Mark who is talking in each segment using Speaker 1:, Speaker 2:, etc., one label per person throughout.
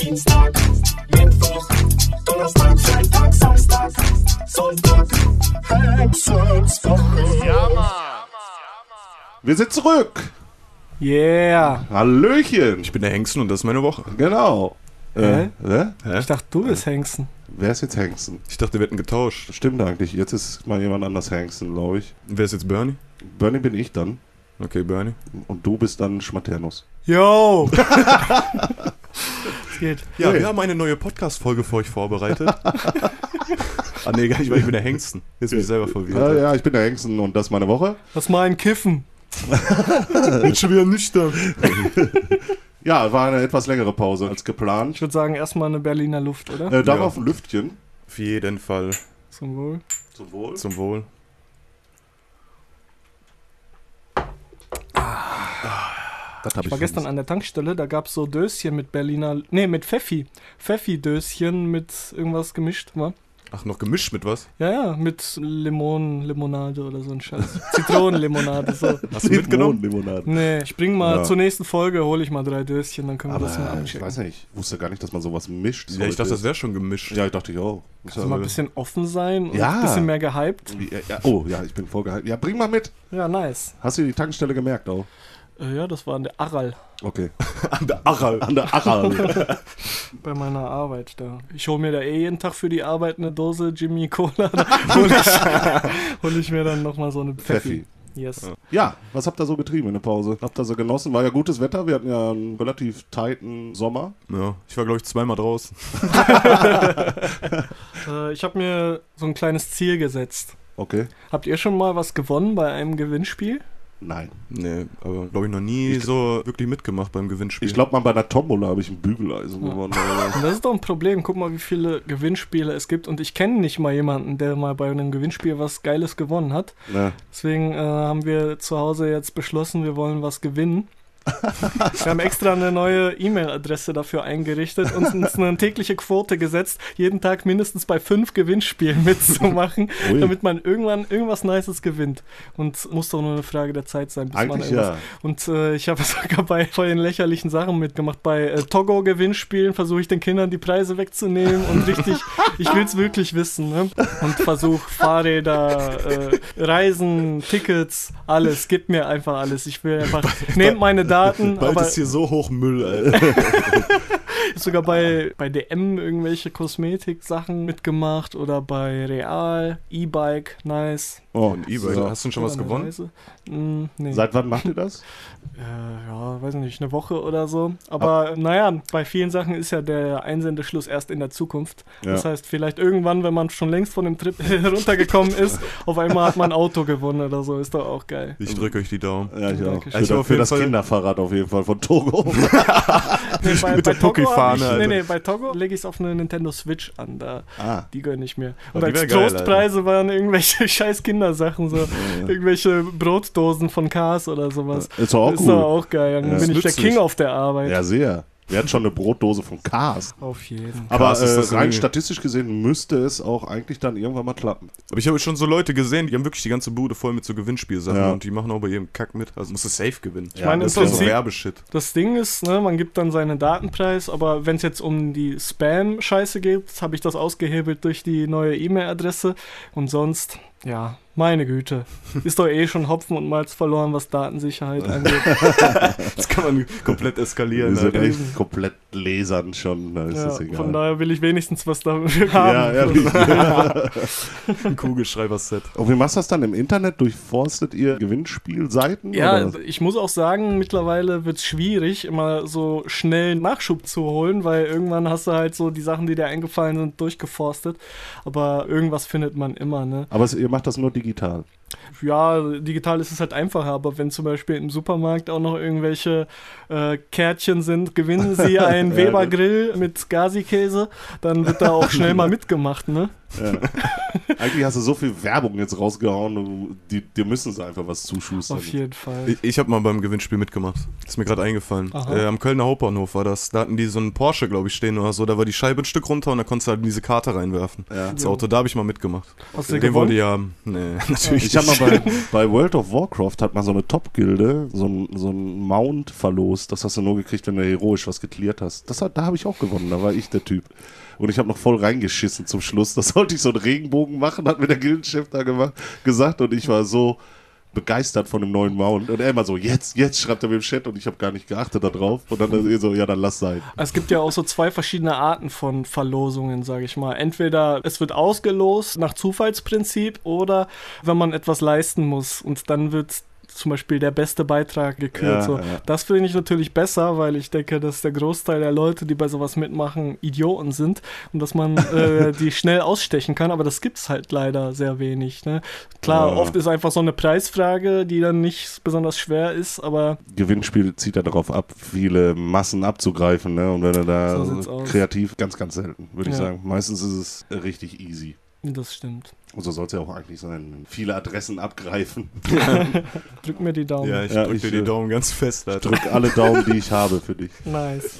Speaker 1: Dienstag, Mittwoch, Donnerstag, Freitag, Samstag, Sonntag, Hexenswoche.
Speaker 2: Ja, Mann.
Speaker 3: Wir sind zurück.
Speaker 4: Yeah.
Speaker 3: Hallöchen.
Speaker 2: Ich bin der Hengsten und das ist meine Woche.
Speaker 3: Genau. Äh, ne?
Speaker 4: Ich dachte, du bist Hengsten.
Speaker 3: Wer ist jetzt Hengsten?
Speaker 2: Ich dachte, wir hätten getauscht.
Speaker 3: Stimmt eigentlich. Jetzt ist mal jemand anders Hengsten, glaube ich.
Speaker 2: Wer ist jetzt Bernie?
Speaker 3: Bernie bin ich dann.
Speaker 2: Okay, Bernie.
Speaker 3: Und du bist dann Schmaternus.
Speaker 4: Yo. Es geht.
Speaker 2: Ja, wir haben eine neue Podcast-Folge für euch vorbereitet. ah, nee, gar nicht, weil ich bin der Hengsten. Jetzt bin ich selber
Speaker 3: Ja,
Speaker 2: verwirrt.
Speaker 3: ja, ich bin der Hengsten und das ist meine Woche.
Speaker 4: Lass mal einen kiffen.
Speaker 2: Bin schon wieder nüchtern.
Speaker 3: Ja, war eine etwas längere Pause als
Speaker 4: Ich
Speaker 3: geplant.
Speaker 4: würde sagen, erstmal eine Berliner Luft, oder?
Speaker 3: Äh, darauf
Speaker 2: Ja.
Speaker 3: ein Lüftchen.
Speaker 2: Auf jeden Fall.
Speaker 4: Zum Wohl.
Speaker 3: Zum Wohl.
Speaker 2: Zum Wohl.
Speaker 3: Das hab
Speaker 4: Ich war gestern an der Tankstelle, da gab es so Döschen mit Berliner, nee, mit Pfeffi. Pfeffi-Döschen mit irgendwas gemischt, war.
Speaker 2: Ach, noch gemischt mit was?
Speaker 4: Ja, ja, mit Limonen, Limonade oder so ein Scheiß. Zitronenlimonade, so.
Speaker 2: Hast du mitgenommen?
Speaker 3: Limonade.
Speaker 4: Nee, ich bring mal
Speaker 2: Ja.
Speaker 4: zur nächsten Folge, hole ich mal drei Döschen, dann können wir
Speaker 3: Aber
Speaker 4: das mal
Speaker 3: ich
Speaker 4: abchecken.
Speaker 3: weiß nicht, ich wusste gar nicht, dass man sowas mischt.
Speaker 2: Ja, ich dachte, das
Speaker 3: sollte.
Speaker 2: wäre schon gemischt.
Speaker 3: Ja, ich dachte ich auch. Ist
Speaker 4: Also mal ein bisschen offen sein und
Speaker 3: Ja.
Speaker 4: ein bisschen mehr gehypt.
Speaker 3: ja, ja, oh, ja, ich bin vorgehalten. Ja, bring mal mit.
Speaker 4: Ja, nice.
Speaker 3: Hast du die Tankstelle gemerkt auch?
Speaker 4: Äh, ja, das war an der Aral
Speaker 3: Okay.
Speaker 2: An der Aral.
Speaker 3: An der Aral.
Speaker 4: bei meiner Arbeit da. Ich hole mir da eh jeden Tag für die Arbeit eine Dose Jimmy Cola. hole ich, hol ich mir dann nochmal so eine Pfeffi.
Speaker 3: Pfeffi.
Speaker 4: Yes.
Speaker 3: Ja, was habt ihr so getrieben in der Pause? Habt ihr so genossen? War ja gutes Wetter. Wir hatten ja einen relativ tighten Sommer.
Speaker 2: Ja, ich war, glaube ich, zweimal draußen.
Speaker 4: Äh, ich habe mir so ein kleines Ziel gesetzt.
Speaker 3: Okay.
Speaker 4: Habt ihr schon mal was gewonnen bei einem Gewinnspiel?
Speaker 3: Nein.
Speaker 2: Nee, aber glaube ich noch nie so wirklich mitgemacht beim Gewinnspiel.
Speaker 3: Ich glaube mal bei einer Tombola habe ich ein Bügeleisen gewonnen. oder was.
Speaker 4: Und das ist doch ein Problem. Guck mal, wie viele Gewinnspiele es gibt. Und ich kenne nicht mal jemanden, der mal bei einem Gewinnspiel was Geiles gewonnen hat.
Speaker 3: Ne.
Speaker 4: Deswegen äh, haben wir zu Hause jetzt beschlossen, wir wollen was gewinnen. wir haben extra eine neue E-Mail-Adresse dafür eingerichtet und uns eine tägliche Quote gesetzt, jeden Tag mindestens bei fünf Gewinnspielen mitzumachen,
Speaker 3: Ui.
Speaker 4: damit man irgendwann irgendwas Nices gewinnt. Und muss doch nur eine Frage der Zeit sein, bis man
Speaker 3: Eigentlich ja.
Speaker 4: irgendwas und äh, ich habe sogar bei voll den lächerlichen Sachen mitgemacht. Bei äh, Togo-Gewinnspielen versuche ich den Kindern die Preise wegzunehmen und richtig, ich will's wirklich wissen. Ne? Und versuche Fahrräder, äh, Reisen, Tickets, alles. Gib mir einfach alles. Ich will einfach, nehmt meine Daten,
Speaker 2: Bald
Speaker 4: aber
Speaker 2: ist hier so hoch Müll, Alter.
Speaker 4: sogar bei, bei DM irgendwelche Kosmetik-Sachen mitgemacht oder bei Real, E-Bike, nice.
Speaker 3: Oh,
Speaker 2: Und eBay.
Speaker 3: so.
Speaker 2: Hast du denn schon was
Speaker 4: Oder eine
Speaker 2: gewonnen?
Speaker 4: Reise. Mm, nee.
Speaker 3: Seit wann macht ihr das?
Speaker 4: Äh, ja, weiß nicht, eine Woche oder so. Aber naja, bei vielen Sachen ist ja der Einsendeschluss erst in der Zukunft.
Speaker 3: Ja.
Speaker 4: Das heißt, vielleicht irgendwann, wenn man schon längst von dem Trip runtergekommen ist, auf einmal hat man ein Auto gewonnen oder so. Ist doch auch geil.
Speaker 2: Ich drücke euch die Daumen.
Speaker 3: Ja, ich auch.
Speaker 4: Dankeschön.
Speaker 3: Für,
Speaker 2: Ich war auf
Speaker 3: für
Speaker 2: jeden
Speaker 3: das
Speaker 2: Fall-
Speaker 3: Kinderfahrrad auf jeden Fall von Togo.
Speaker 4: Nee, bei,
Speaker 2: Mit
Speaker 4: bei
Speaker 2: der
Speaker 4: Togo hab
Speaker 2: Pucki-Fahne,
Speaker 4: ich- Nee,
Speaker 2: Alter.
Speaker 4: nee, bei Togo lege ich es auf eine Nintendo Switch an. Da,
Speaker 3: also. ah.
Speaker 4: die gönne ich mir.
Speaker 2: Oh,
Speaker 4: Und
Speaker 2: die
Speaker 4: als
Speaker 2: wär geil,
Speaker 3: also.
Speaker 2: Alter.
Speaker 4: Trostpreise waren irgendwelche scheiß Kindersachen, so irgendwelche Brotdosen von Cars oder sowas.
Speaker 3: Ist doch auch
Speaker 4: ist
Speaker 3: cool.
Speaker 4: doch auch geil. Dann
Speaker 3: Ja.
Speaker 4: bin ich der
Speaker 2: Nützlich.
Speaker 4: King auf der Arbeit.
Speaker 3: Ja, sehr. Wir hatten schon eine Brotdose von Cars.
Speaker 4: Auf jeden
Speaker 3: Aber
Speaker 2: Cars ist
Speaker 3: äh,
Speaker 2: das
Speaker 3: rein
Speaker 2: irgendwie-
Speaker 3: statistisch gesehen müsste es auch eigentlich dann irgendwann mal klappen.
Speaker 2: Aber ich habe schon so Leute gesehen, die haben wirklich die ganze Bude voll mit so Gewinnspielsachen
Speaker 3: Ja.
Speaker 2: und die machen auch bei jedem Kack mit. Also musst du safe gewinnen. Ich
Speaker 4: meine,
Speaker 2: das
Speaker 4: im
Speaker 2: ist ja so
Speaker 4: Prinzip-
Speaker 2: Werbeshit.
Speaker 4: Das Ding ist, ne, man gibt dann seine Daten preis, aber wenn es jetzt um die Spam-Scheiße geht, habe ich das ausgehebelt durch die neue E-Mail-Adresse. Und sonst, ja, meine Güte, ist doch eh schon Hopfen und Malz verloren, was Datensicherheit angeht.
Speaker 2: Das kann man komplett eskalieren.
Speaker 3: Wir sind
Speaker 2: Alter.
Speaker 3: echt komplett lesern schon. Da ist
Speaker 4: Ja,
Speaker 3: das
Speaker 4: ne? von
Speaker 3: egal.
Speaker 4: daher will ich wenigstens was dafür haben. Also,
Speaker 3: Ja, ehrlich.
Speaker 2: Ein Kugelschreiber-Set.
Speaker 3: Und wie machst du das dann im Internet? Durchforstet ihr Gewinnspielseiten?
Speaker 4: Ja,
Speaker 3: oder?
Speaker 4: ich muss auch sagen, mittlerweile wird es schwierig, immer so schnell Nachschub zu holen, weil irgendwann hast du halt so die Sachen, die dir eingefallen sind, durchgeforstet. Aber irgendwas findet man immer, ne?
Speaker 3: Aber es, ihr macht das nur digital.
Speaker 4: ja, digital ist es halt einfacher, aber wenn zum Beispiel im Supermarkt auch noch irgendwelche äh, Kärtchen sind, gewinnen sie einen Weber Grill mit Gazi-Käse, dann wird da auch schnell mal mitgemacht, ne?
Speaker 3: Ja. Eigentlich hast du so viel Werbung jetzt rausgehauen, du, die, dir müssen sie einfach was zuschustern.
Speaker 4: Auf jeden Fall.
Speaker 2: Ich, ich habe mal beim Gewinnspiel mitgemacht. Ist mir gerade eingefallen.
Speaker 4: Aha.
Speaker 2: Äh, am Kölner Hauptbahnhof war das. Da hatten die so einen Porsche, glaube ich, stehen oder so. Da war die Scheibe ein Stück runter und da konntest du halt in diese Karte reinwerfen.
Speaker 3: Ja.
Speaker 2: Das Auto, da habe ich mal mitgemacht.
Speaker 4: Hast du
Speaker 2: äh, Den
Speaker 4: gewonnen?
Speaker 2: wollt ihr haben. Nee, natürlich
Speaker 3: Ich habe mal
Speaker 2: nicht.
Speaker 3: bei, bei World of Warcraft hat man so eine Top-Gilde, so ein, so ein Mount verlost. Das hast du nur gekriegt, wenn du heroisch was geklärt hast. Das hat, da habe ich auch gewonnen, da war ich der Typ. Und ich habe noch voll reingeschissen zum Schluss. Das sollte ich so einen Regenbogen machen, hat mir der Gildenchef da gemacht, gesagt. Und ich war so begeistert von dem neuen Mount. Und er immer so, jetzt, jetzt, schreibt er mir im Chat. Und ich habe gar nicht geachtet darauf. Und dann ist er so, ja, dann lass sein.
Speaker 4: Es gibt ja auch so zwei verschiedene Arten von Verlosungen, sage ich mal. Entweder es wird ausgelost nach Zufallsprinzip oder wenn man etwas leisten muss und dann wird zum Beispiel der beste Beitrag gekürt.
Speaker 3: Ja,
Speaker 4: so.
Speaker 3: ja.
Speaker 4: Das finde ich natürlich besser, weil ich denke, dass der Großteil der Leute, die bei sowas mitmachen, Idioten sind und dass man äh, die schnell ausstechen kann, aber das gibt es halt leider sehr wenig. Ne? Klar,
Speaker 3: Ja.
Speaker 4: oft ist einfach so eine Preisfrage, die dann nicht besonders schwer ist, aber
Speaker 3: Gewinnspiel zieht er darauf ab, viele Massen abzugreifen. Ne? Und wenn er da
Speaker 4: So sieht's aus.
Speaker 3: kreativ, ganz, ganz selten, würde ich
Speaker 4: Ja.
Speaker 3: sagen. Meistens ist es richtig easy.
Speaker 4: das stimmt.
Speaker 3: Und so soll es ja auch eigentlich sein. Viele Adressen abgreifen.
Speaker 4: Drück mir die Daumen.
Speaker 2: Ja, ich
Speaker 3: Ja,
Speaker 2: drück
Speaker 3: ich,
Speaker 2: dir
Speaker 3: äh,
Speaker 2: die Daumen ganz fest. Alter.
Speaker 3: Drück alle Daumen, die ich habe für dich.
Speaker 4: Nice.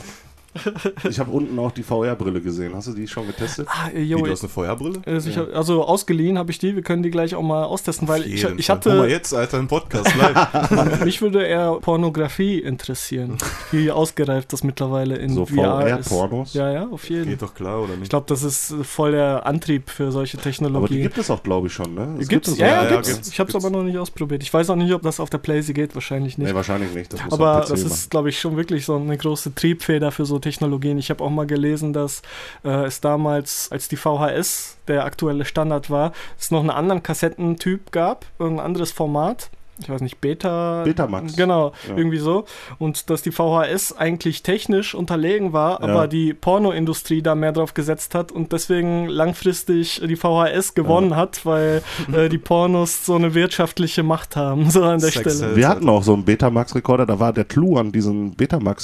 Speaker 3: Ich habe unten auch die VR-Brille gesehen. Hast du die schon getestet?
Speaker 4: Ah,
Speaker 2: Wie,
Speaker 4: yo,
Speaker 2: du hast eine Feuerbrille?
Speaker 4: Also, ich hab, also ausgeliehen habe ich die, wir können die gleich auch mal austesten, weil
Speaker 2: Auf
Speaker 4: ich,
Speaker 2: jeden
Speaker 4: ich
Speaker 2: Fall. Hol mal
Speaker 4: hatte,
Speaker 2: jetzt, Alter, im Podcast live.
Speaker 4: mich würde eher Pornografie interessieren, wie ausgereift das mittlerweile in
Speaker 3: So
Speaker 4: VR ist.
Speaker 3: VR-Pornos.
Speaker 4: Ja, ja, auf jeden
Speaker 2: Geht doch klar, oder
Speaker 4: Ich
Speaker 2: nicht?
Speaker 4: glaube, das ist äh, voll der Antrieb für solche
Speaker 3: Aber die
Speaker 4: Technologien.
Speaker 3: gibt es auch, glaube ich, schon, ne? Es
Speaker 4: gibt's?
Speaker 3: gibt es
Speaker 4: ja,
Speaker 3: auch.
Speaker 4: ja,
Speaker 2: Ja, ja,
Speaker 4: gibt's.
Speaker 2: gibt's,
Speaker 4: ich habe es
Speaker 2: gibt's.
Speaker 4: aber noch nicht ausprobiert. Ich weiß auch nicht, ob das auf der Playsee geht, wahrscheinlich nicht.
Speaker 3: Nee, wahrscheinlich nicht. Das muss am
Speaker 4: Aber
Speaker 3: PC
Speaker 4: das
Speaker 3: machen.
Speaker 4: ist, glaube ich, schon wirklich so eine große Triebfeder für so Technologien. Ich habe auch mal gelesen, dass äh, es damals, als die VHS der aktuelle Standard war, es noch einen anderen Kassettentyp gab, ein anderes Format. Ich weiß nicht, Beta.
Speaker 3: Betamax.
Speaker 4: Genau,
Speaker 3: Ja.
Speaker 4: irgendwie so. Und dass die VHS eigentlich technisch unterlegen war,
Speaker 3: Ja.
Speaker 4: aber die Pornoindustrie da mehr drauf gesetzt hat und deswegen langfristig die VHS gewonnen hat, weil äh, die Pornos so eine wirtschaftliche Macht haben, so an der
Speaker 2: Sex
Speaker 4: Stelle.
Speaker 2: sells,
Speaker 3: Wir
Speaker 2: Alter.
Speaker 3: hatten auch so einen Betamax-Rekorder, da war der Clou an diesen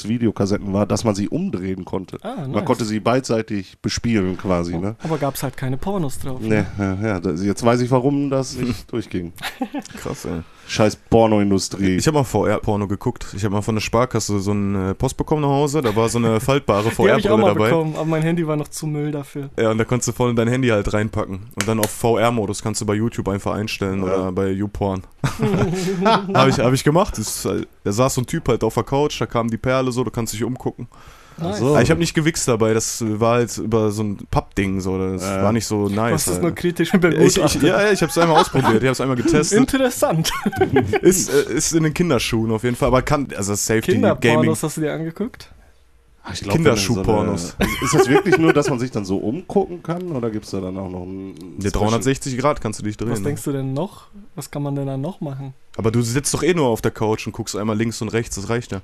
Speaker 3: Betamax-Videokassetten war, dass man sie umdrehen konnte.
Speaker 4: Ah, nice.
Speaker 3: Man konnte sie beidseitig bespielen quasi, ne?
Speaker 4: Aber gab es halt keine Pornos
Speaker 2: Mhm.
Speaker 4: drauf.
Speaker 3: Ne, ja, ja, das- jetzt weiß ich, warum das nicht durchging.
Speaker 2: Krass, ey.
Speaker 3: Scheiß Pornoindustrie.
Speaker 2: Ich habe mal VR-Porno geguckt. Ich habe mal von der Sparkasse so einen äh, Post bekommen nach Hause. Da war so eine faltbare
Speaker 4: Die habe ich auch
Speaker 2: VR-Brille
Speaker 4: mal
Speaker 2: dabei.
Speaker 4: bekommen, aber mein Handy war noch zu Müll dafür.
Speaker 2: Ja, und da konntest du vorne dein Handy halt reinpacken. Und dann auf VR-Modus kannst du bei YouTube einfach einstellen oder bei YouPorn. habe ich, hab ich gemacht. Das, ist halt- da saß so ein Typ halt auf der Couch, da kam die Perle so, du kannst dich umgucken.
Speaker 4: Nice.
Speaker 3: so.
Speaker 2: Aber Ah, ich habe nicht gewichst dabei, das war halt über so ein Pappding so. Das
Speaker 3: Ja.
Speaker 2: war nicht so
Speaker 4: Du
Speaker 2: nice.
Speaker 4: hast es
Speaker 2: Alter.
Speaker 4: nur kritisch
Speaker 2: ich, ich,
Speaker 4: begutachtet.
Speaker 2: ja, ja, ich habe es einmal ausprobiert, ich habe es einmal getestet.
Speaker 4: Interessant.
Speaker 2: ist, äh, ist in den Kinderschuhen auf jeden Fall, aber kann, also Safety Gaming.
Speaker 4: Kinderpornos hast du dir angeguckt?
Speaker 3: Ah, ich
Speaker 2: Kinderschuhpornos.
Speaker 3: wenn du eine- ist das wirklich nur, dass man sich dann so umgucken kann oder gibt es da dann auch noch einen.
Speaker 2: Der 360 Grad kannst du dich drehen. ne?
Speaker 4: Was denkst du denn noch? Was kann man denn dann noch machen?
Speaker 2: Aber du sitzt doch eh nur auf der Couch und guckst einmal links und rechts, das reicht ja.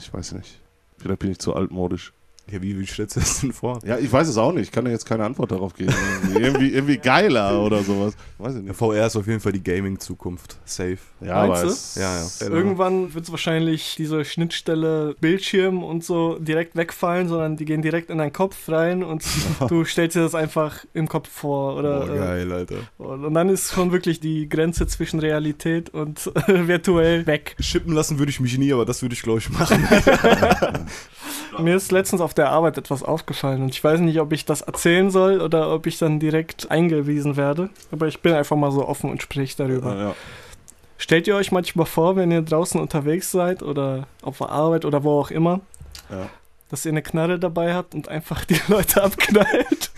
Speaker 3: Ich weiß nicht. Vielleicht bin ich zu altmodisch.
Speaker 2: Ja, wie, wie stellst du das denn vor?
Speaker 3: Ja, ich weiß es auch nicht. Ich kann dir jetzt keine Antwort darauf geben. irgendwie, irgendwie geiler oder sowas. Weiß ich
Speaker 2: Ja,
Speaker 3: nicht.
Speaker 2: VR ist auf jeden Fall die Gaming-Zukunft. Safe.
Speaker 3: Ja, aber
Speaker 4: Meinst du?
Speaker 3: es,
Speaker 2: Ja, ja.
Speaker 4: Irgendwann wird es wahrscheinlich diese Schnittstelle Bildschirm und so direkt wegfallen, sondern die gehen direkt in deinen Kopf rein und du stellst dir das einfach im Kopf vor. Oder,
Speaker 2: Boah,
Speaker 4: äh,
Speaker 2: geil, Alter.
Speaker 4: Und, und dann ist schon wirklich die Grenze zwischen Realität und virtuell weg.
Speaker 2: Schippen lassen würde ich mich nie, aber das würde ich, glaube ich, machen.
Speaker 4: Mir ist letztens auf der Arbeit etwas aufgefallen und ich weiß nicht, ob ich das erzählen soll oder ob ich dann direkt eingewiesen werde. Aber ich bin einfach mal so offen und spreche darüber.
Speaker 3: Ja, ja.
Speaker 4: Stellt ihr euch manchmal vor, wenn ihr draußen unterwegs seid oder auf der Arbeit oder wo auch immer,
Speaker 3: Ja.
Speaker 4: dass ihr eine Knarre dabei habt und einfach die Leute abknallt?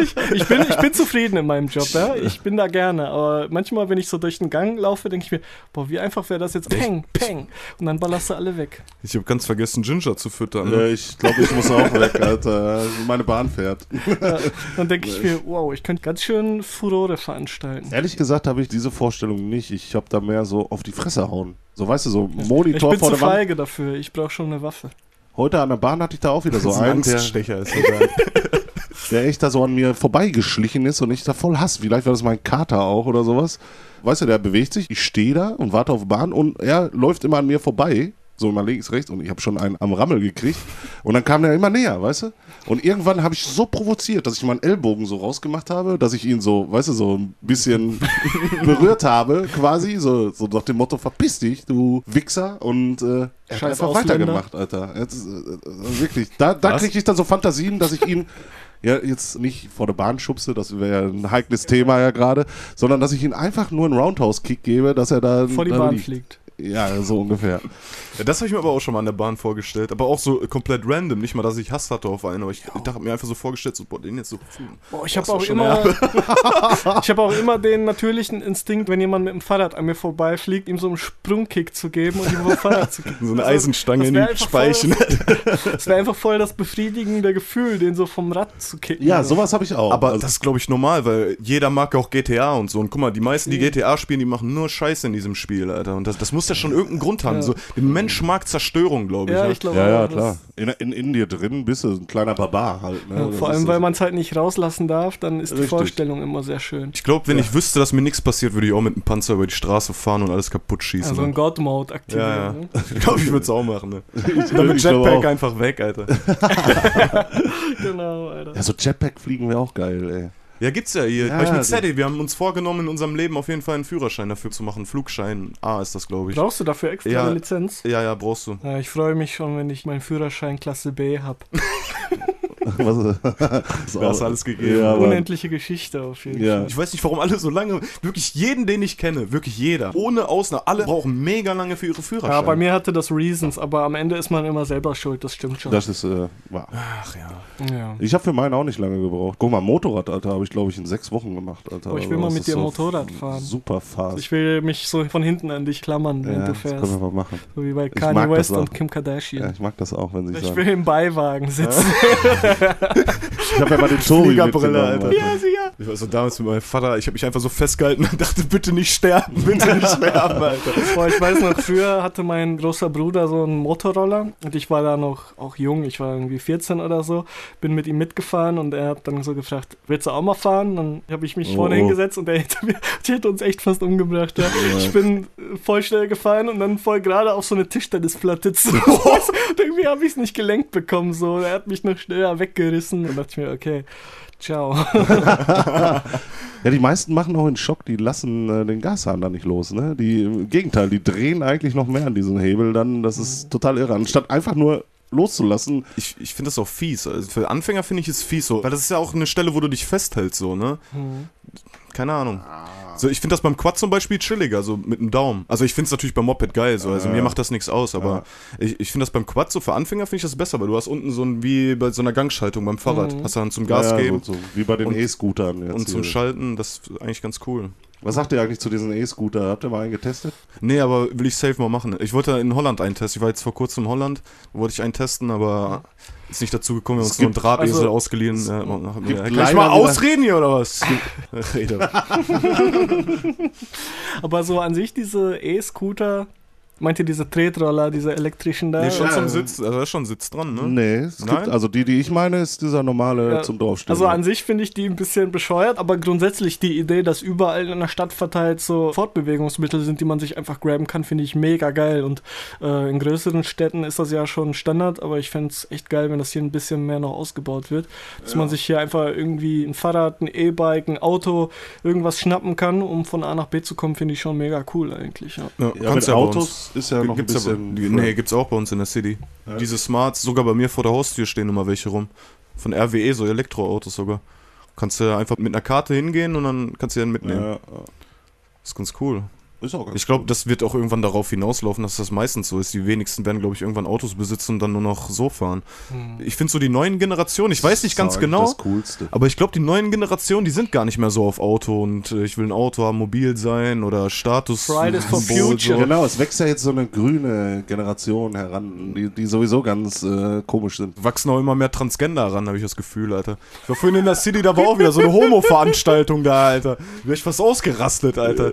Speaker 4: Ich, ich, bin, ich bin zufrieden in meinem Job, ja. Ich bin da gerne. Aber manchmal, wenn ich so durch den Gang laufe, denke ich mir, boah, wie einfach wäre das jetzt? Peng, peng. Und dann ballerst du alle weg.
Speaker 2: Ich habe ganz vergessen, Ginger zu füttern. ne?
Speaker 4: ne?
Speaker 3: Äh, Ich glaube, ich muss auch weg, Alter. Also Meine Bahn fährt.
Speaker 4: Dann denke ich mir, wow, ich könnte ganz schön Furore veranstalten.
Speaker 3: Ehrlich gesagt habe ich diese Vorstellung nicht. Ich habe da mehr so auf die Fresse hauen. So, weißt du, so
Speaker 4: Ich
Speaker 3: Monitor
Speaker 4: bin
Speaker 3: vor
Speaker 4: zu
Speaker 3: der Wand.
Speaker 4: feige dafür. Ich brauche schon eine Waffe.
Speaker 3: Heute an der Bahn hatte ich da auch wieder so
Speaker 2: so ein
Speaker 3: einen, der,
Speaker 2: Angststecher ist egal.
Speaker 3: der echt da so an mir vorbeigeschlichen ist und ich da voll Hass. Vielleicht war das mein Kater auch oder sowas. Weißt du, der bewegt sich, ich stehe da und warte auf Bahn und er läuft immer an mir vorbei so mal links, rechts und ich habe schon einen am Rammel gekriegt. Und dann kam der immer näher, weißt du? Und irgendwann habe ich so provoziert, dass ich meinen Ellbogen so rausgemacht habe, dass ich ihn so, weißt du, so ein bisschen berührt habe, quasi, so, so nach dem Motto, verpiss dich, du Wichser. Und äh, er hat
Speaker 4: Scheiß
Speaker 3: einfach
Speaker 4: Ausländer.
Speaker 3: weitergemacht, Alter. Jetzt, äh, äh, wirklich, da, da
Speaker 2: Was?
Speaker 3: kriege ich dann so Fantasien, dass ich ihn ja, jetzt nicht vor der Bahn schubse, das wäre ja ein heikles Thema ja gerade, sondern dass ich ihm einfach nur einen Roundhouse-Kick gebe, dass er da
Speaker 4: vor die
Speaker 3: da
Speaker 4: Bahn
Speaker 3: liegt.
Speaker 4: fliegt.
Speaker 3: Ja, so ungefähr.
Speaker 2: Ja, das habe ich mir aber auch schon mal an der Bahn vorgestellt. Aber auch so komplett random. Nicht mal, dass ich Hass hatte auf einen, aber ich, ich dachte mir einfach so vorgestellt, so, boah, den jetzt so.
Speaker 4: Boah, ich habe
Speaker 2: war
Speaker 4: auch,
Speaker 2: schon
Speaker 4: immer, ich hab auch immer den natürlichen Instinkt, wenn jemand mit dem Fahrrad an mir vorbeifliegt, ihm so einen Sprungkick zu geben und ihm vom Fahrrad zu kicken.
Speaker 2: So eine
Speaker 4: Also,
Speaker 2: Eisenstange
Speaker 4: das
Speaker 2: in
Speaker 4: wär
Speaker 2: die
Speaker 4: einfach
Speaker 2: Speichen.
Speaker 4: Es wäre einfach voll das befriedigende Gefühl, den so vom Rad zu kicken.
Speaker 3: Ja, sowas habe ich auch.
Speaker 2: Aber
Speaker 3: Also-
Speaker 2: das ist, glaube ich, normal, weil jeder mag auch GTA und so. Und guck mal, die meisten, die
Speaker 4: Mhm.
Speaker 2: GTA spielen, die machen nur Scheiße in diesem Spiel, Alter. Und das, das muss ja schon irgendeinen Grund haben.
Speaker 4: Ja.
Speaker 2: So, der Mensch mag Zerstörung, glaube ich.
Speaker 4: ja,
Speaker 2: ne?
Speaker 4: ich glaube
Speaker 3: ja, ja,
Speaker 4: auch,
Speaker 3: klar.
Speaker 4: das-
Speaker 3: In, in, in dir drin bist du ein kleiner Barbar halt. Ne?
Speaker 4: Ja,
Speaker 3: Das
Speaker 4: vor
Speaker 3: ist
Speaker 4: allem, weil
Speaker 3: so.
Speaker 4: man es halt nicht rauslassen darf, dann ist die
Speaker 3: Richtig.
Speaker 4: Vorstellung immer sehr schön.
Speaker 2: Ich glaube, wenn ich wüsste, dass mir nichts passiert, würde ich auch mit einem Panzer über die Straße fahren und alles kaputt schießen.
Speaker 4: Also ein
Speaker 2: ne?
Speaker 4: God-Mode aktivieren.
Speaker 2: ja, ja.
Speaker 4: Ne?
Speaker 2: Ich glaube, ich würde es auch machen. Ne?
Speaker 3: Ich-
Speaker 2: Dann mit
Speaker 3: ich glaub
Speaker 2: Jetpack
Speaker 3: auch.
Speaker 2: einfach weg, Alter.
Speaker 4: Genau, Alter.
Speaker 3: Ja, so Jetpack fliegen wäre auch geil, ey.
Speaker 2: Ja, gibt's ja hier.
Speaker 3: Ja,
Speaker 2: Hab ich mit
Speaker 3: das-
Speaker 2: Sadie, wir haben uns vorgenommen, in unserem Leben auf jeden Fall einen Führerschein dafür zu machen. Flugschein A ist das, glaube ich.
Speaker 4: Brauchst du dafür extra
Speaker 2: Ja.
Speaker 4: eine Lizenz?
Speaker 2: Ja, ja, brauchst du.
Speaker 4: Ja, ich freue mich schon, wenn ich meinen Führerschein Klasse B habe.
Speaker 3: Was, das
Speaker 2: Du hast alles gegeben.
Speaker 3: Ja, aber,
Speaker 4: Unendliche Geschichte auf jeden
Speaker 3: ja.
Speaker 2: Ich weiß nicht, warum alle so lange, wirklich jeden, den ich kenne, wirklich jeder, ohne Ausnahme, alle brauchen mega lange für ihre
Speaker 4: Fall.
Speaker 2: Führerschein.
Speaker 4: Ja, bei mir hatte das Reasons, aber am Ende ist man immer selber schuld, das stimmt schon.
Speaker 3: Das ist äh, wahr.
Speaker 2: Ach ja.
Speaker 4: ja.
Speaker 3: Ich habe für meinen auch nicht lange gebraucht. Guck mal, Motorrad, Alter, habe ich glaube ich in sechs Wochen gemacht, Alter.
Speaker 4: Oh, ich will
Speaker 3: Also,
Speaker 4: mal
Speaker 3: das
Speaker 4: mit
Speaker 3: ist
Speaker 4: dir Motorrad fahren.
Speaker 3: Super fast.
Speaker 4: Ich will mich so von hinten an dich klammern, wenn
Speaker 3: ja,
Speaker 4: du
Speaker 3: das können wir
Speaker 4: fährst.
Speaker 3: mal machen.
Speaker 4: So wie bei
Speaker 3: Ich mag
Speaker 4: Kanye
Speaker 3: das
Speaker 4: West
Speaker 3: auch.
Speaker 4: und Kim
Speaker 3: Ja,
Speaker 4: Kardashian.
Speaker 3: ich mag das auch, wenn sie
Speaker 4: ich
Speaker 3: sagen.
Speaker 4: will im Beiwagen sitzen.
Speaker 3: Ich habe ja mal den Tori
Speaker 2: Fliegerbrille,
Speaker 3: mitgenommen,
Speaker 2: Alter.
Speaker 4: Ja, sicher.
Speaker 2: Ich war so damals mit meinem Vater, ich habe mich einfach so festgehalten und dachte, bitte nicht sterben, bitte nicht sterben, Alter.
Speaker 4: Boah, ich weiß noch, früher hatte mein großer Bruder so einen Motorroller und ich war da noch auch jung, ich war irgendwie 14 oder so, bin mit ihm mitgefahren und er hat dann so gefragt, willst du auch mal fahren? Dann habe ich mich
Speaker 3: Oh,
Speaker 4: vorne
Speaker 3: oh.
Speaker 4: hingesetzt und er hätte, mir, die hätte uns echt fast umgebracht. Ja. Ich bin äh, voll schnell gefallen und dann voll gerade auf so eine Tischtennisplatte zu. und irgendwie habe ich es nicht gelenkt bekommen. So. Er hat mich noch schneller weggerissen und dachte ich mir, okay, ciao.
Speaker 3: Ja, die meisten machen auch in Schock, die lassen äh, den Gashahn da nicht los, ne? Die, Im Gegenteil, die drehen eigentlich noch mehr an diesen Hebel dann, das ist total irre. Anstatt einfach nur loszulassen,
Speaker 2: Ich, ich finde das auch fies. Also für Anfänger finde ich es fies so, weil das ist ja auch eine Stelle, wo du dich festhältst, so, ne? Keine Ahnung.
Speaker 3: Ah.
Speaker 2: So, ich finde das beim Quad zum Beispiel chilliger, so mit dem Daumen. Also ich finde es natürlich beim Moped geil, so. Also mir macht das nichts aus, aber ich, ich finde das beim Quad so für Anfänger finde ich das besser, weil du hast unten so ein, wie bei so einer Gangschaltung beim Fahrrad. Hast du dann zum Gas
Speaker 3: Mhm. ja,
Speaker 2: geben
Speaker 3: So, so, wie bei den
Speaker 2: Und-
Speaker 3: E-Scootern jetzt.
Speaker 2: und zum
Speaker 3: hier.
Speaker 2: Schalten, das ist eigentlich ganz cool.
Speaker 3: Was sagt ihr eigentlich zu diesen E-Scooter? Habt ihr mal einen getestet?
Speaker 2: Nee, aber will ich safe mal machen. Ich wollte in Holland einen testen. Ich war jetzt vor kurzem in Holland, wollte ich einen testen, aber ist nicht dazu gekommen. Wir haben
Speaker 3: Es
Speaker 2: uns nur einen
Speaker 3: gibt-
Speaker 2: Drahtesel
Speaker 4: also-
Speaker 2: ausgeliehen. Ja, machen wir.
Speaker 3: gibt
Speaker 2: Ja, kann ich
Speaker 3: leider
Speaker 2: mal
Speaker 3: wieder-
Speaker 2: ausreden hier oder was? Rede.
Speaker 4: Aber so an sich diese E-Scooter, meint ihr diese Tretroller, diese elektrischen da?
Speaker 2: Nee, schon
Speaker 3: ja.
Speaker 2: zum Sitz. Also da ist schon ein Sitz dran, ne?
Speaker 3: Nee, es
Speaker 2: Nein?
Speaker 3: gibt, also die, die ich meine, ist dieser normale
Speaker 4: Ja.
Speaker 3: zum Draufstehen.
Speaker 4: Also an sich finde ich die ein bisschen bescheuert, aber grundsätzlich die Idee, dass überall in der Stadt verteilt so Fortbewegungsmittel sind, die man sich einfach graben kann, finde ich mega geil. Und äh, in größeren Städten ist das ja schon Standard, aber ich fände es echt geil, wenn das hier ein bisschen mehr noch ausgebaut wird. Dass man sich hier einfach irgendwie ein Fahrrad, ein E-Bike, ein Auto, irgendwas schnappen kann, um von A nach B zu kommen, finde ich schon mega cool eigentlich. Ja.
Speaker 2: Ja,
Speaker 3: ja, mit
Speaker 2: ja bei uns.
Speaker 3: Autos ist ja noch
Speaker 2: Gibt's
Speaker 3: ein
Speaker 2: aber,
Speaker 3: bisschen...
Speaker 2: nee, gibt's auch bei uns in der City. Diese Smarts, sogar bei mir vor der Haustür stehen immer welche rum. Von RWE, so Elektroautos sogar. Kannst du einfach mit einer Karte hingehen und dann kannst du den mitnehmen.
Speaker 3: ja,
Speaker 2: Ist ganz cool.
Speaker 3: ist auch ganz
Speaker 2: Ich glaube, das wird auch irgendwann darauf hinauslaufen, dass das meistens so ist. Die wenigsten werden, glaube ich, irgendwann Autos besitzen und dann nur noch so fahren.
Speaker 4: Hm.
Speaker 2: Ich finde so die neuen Generationen, ich weiß nicht ganz
Speaker 3: Das ist
Speaker 2: genau,
Speaker 3: Das Coolste.
Speaker 2: aber ich glaube, die neuen Generationen, die sind gar nicht mehr so auf Auto und äh, ich will ein Auto haben, mobil sein oder Status.
Speaker 4: Fridays for
Speaker 2: Symbol,
Speaker 4: Future.
Speaker 3: Genau, es wächst ja jetzt so eine grüne Generation heran, die, die sowieso ganz äh, komisch sind.
Speaker 2: Wachsen auch immer mehr Transgender ran, habe ich das Gefühl, Alter. Ich war vorhin in der City, da war auch wieder so eine Homo-Veranstaltung da, Alter. Wäre ich fast ausgerastet,
Speaker 3: Äh.
Speaker 2: Alter.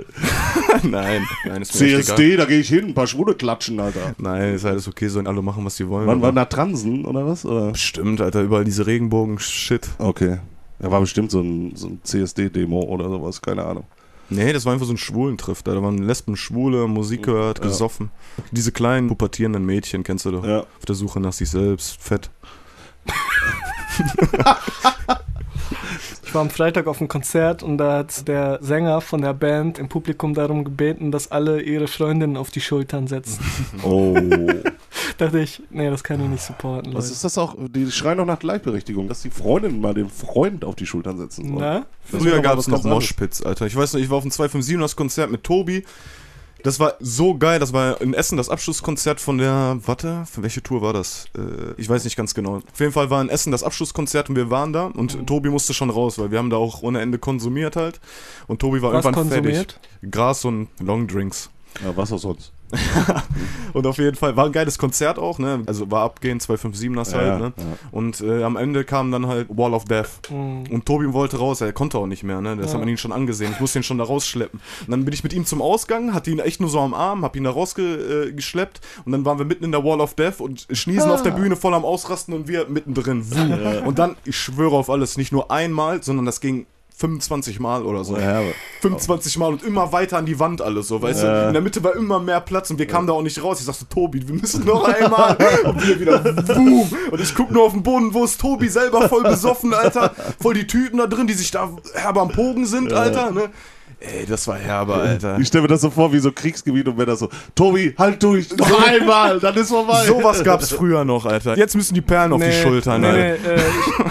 Speaker 2: Nein. Nein, ist mir echt egal.
Speaker 3: CSD, da gehe ich hin, ein paar Schwule klatschen, Alter.
Speaker 2: Nein, ist alles okay, sollen alle machen, was sie wollen.
Speaker 3: Wann waren da Transen oder was? Oder?
Speaker 2: Stimmt, Alter, überall diese Regenbogen-Shit.
Speaker 3: Okay. Da war bestimmt so ein, so ein CSD-Demo oder sowas, keine Ahnung.
Speaker 2: Nee, das war einfach so ein Schwulentriff. Da waren Lesben, Schwule, Musik gehört, gesoffen. Diese kleinen pubertierenden Mädchen kennst du doch.
Speaker 3: Ja.
Speaker 2: Auf der Suche nach sich selbst, fett.
Speaker 4: Ich war am Freitag auf einem Konzert und da hat der Sänger von der Band im Publikum darum gebeten, dass alle ihre Freundinnen auf die Schultern setzen.
Speaker 3: Oh.
Speaker 4: Dachte ich, nee, das kann ich nicht supporten,
Speaker 3: Was
Speaker 4: Leute.
Speaker 3: ist das auch? Die schreien doch nach Gleichberechtigung, dass die Freundin mal den Freund auf die Schultern setzen soll.
Speaker 4: Na?
Speaker 3: Das ist
Speaker 2: Früher
Speaker 3: doch mal
Speaker 2: gab
Speaker 3: was
Speaker 2: es noch
Speaker 3: ganz anderes.
Speaker 2: Moshpits, Alter. Ich weiß noch, ich war auf dem 257ers Konzert mit Tobi. Das war so geil. Das war in Essen das Abschlusskonzert von der. Warte, für welche Tour war das? Äh, ich weiß nicht ganz genau. Auf jeden Fall war in Essen das Abschlusskonzert und wir waren da. Und Tobi musste schon raus, weil wir haben da auch ohne Ende konsumiert halt. Und Tobi war
Speaker 4: Was
Speaker 2: irgendwann
Speaker 4: konsumiert?
Speaker 2: fertig. Gras und Longdrinks.
Speaker 3: Ja, was auch sonst.
Speaker 2: Und auf jeden Fall war ein geiles Konzert auch, ne? Also war abgehend 257ers
Speaker 3: Ja,
Speaker 2: halt, ne?
Speaker 3: ja.
Speaker 2: Und äh, am Ende kam dann halt Wall of Death.
Speaker 4: Mhm.
Speaker 2: Und Tobi wollte raus, er konnte auch nicht mehr, ne? Das
Speaker 4: Ja.
Speaker 2: hat man ihn schon angesehen. Ich musste ihn schon da rausschleppen. Und dann bin ich mit ihm zum Ausgang, hatte ihn echt nur so am Arm, hab ihn da rausgeschleppt äh, geschleppt. und dann waren wir mitten in der Wall of Death und Schniesen auf der
Speaker 4: Ah.
Speaker 2: Bühne voll am Ausrasten und wir mittendrin. Wuh. Und dann, ich schwöre auf alles, nicht nur einmal, sondern das ging 25 Mal oder so.
Speaker 3: Ja,
Speaker 2: 25 Mal und immer weiter an die Wand alles so, weißt du? In der Mitte war immer mehr Platz und wir kamen da auch nicht raus. Ich sagte, Tobi, wir müssen noch einmal. Und wir wieder, boom. Und ich guck nur auf den Boden, wo ist Tobi selber voll besoffen, Alter. Voll die Typen da drin, die sich da herber am Pogen sind, Alter, ne? Ey, das war herber, Alter.
Speaker 3: Ich stelle mir das so vor wie so Kriegsgebiet und wenn das so, Tobi, halt durch, noch einmal, dann ist vorbei.
Speaker 2: Sowas gab's früher noch, Alter. Jetzt müssen die Perlen auf die Schultern,
Speaker 4: nee,
Speaker 2: Alter.
Speaker 4: nee, äh,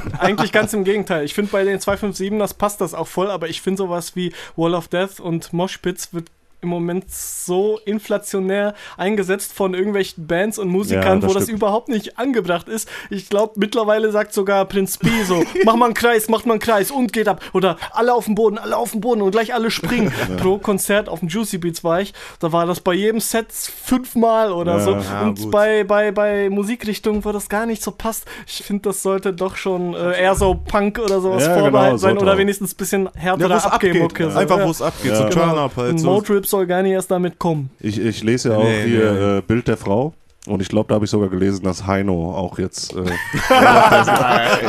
Speaker 4: ich, eigentlich ganz im Gegenteil. Ich finde bei den 257ers passt das auch voll, aber ich finde sowas wie Wall of Death und Moshpits wird im Moment so inflationär eingesetzt von irgendwelchen Bands und Musikern,
Speaker 3: Ja, das
Speaker 4: wo das
Speaker 3: stimmt.
Speaker 4: überhaupt nicht angebracht ist. Ich glaube, mittlerweile sagt sogar Prinz Pi so, mach mal einen Kreis, macht mal einen Kreis und geht ab. Oder alle auf den Boden, alle auf den Boden und gleich alle springen. Pro Konzert auf dem Juicy Beats war ich, da war das bei jedem Set fünfmal oder
Speaker 3: Ja,
Speaker 4: so.
Speaker 2: ja,
Speaker 4: Also, und
Speaker 2: gut.
Speaker 4: bei bei, bei, bei Musikrichtungen, wo das gar nicht so passt. Ich finde, das sollte doch schon äh, eher so Punk oder sowas
Speaker 3: Ja, genau,
Speaker 4: vorbehalten sein
Speaker 3: sollte
Speaker 4: oder
Speaker 3: auch.
Speaker 4: wenigstens ein bisschen härter
Speaker 2: Ja, wo's abgeht.
Speaker 4: Abgehmucke. so,
Speaker 2: Einfach,
Speaker 4: ja.
Speaker 2: wo es abgeht. So
Speaker 4: Genau.
Speaker 2: Turn-Up halt.
Speaker 4: Ein
Speaker 2: So.
Speaker 4: Motrip soll gar nicht erst damit kommen.
Speaker 3: Ich, ich lese ja auch
Speaker 2: Nee,
Speaker 3: hier
Speaker 2: nee.
Speaker 3: Äh, Bild der Frau und ich glaube, da habe ich sogar gelesen, dass Heino auch jetzt. Äh,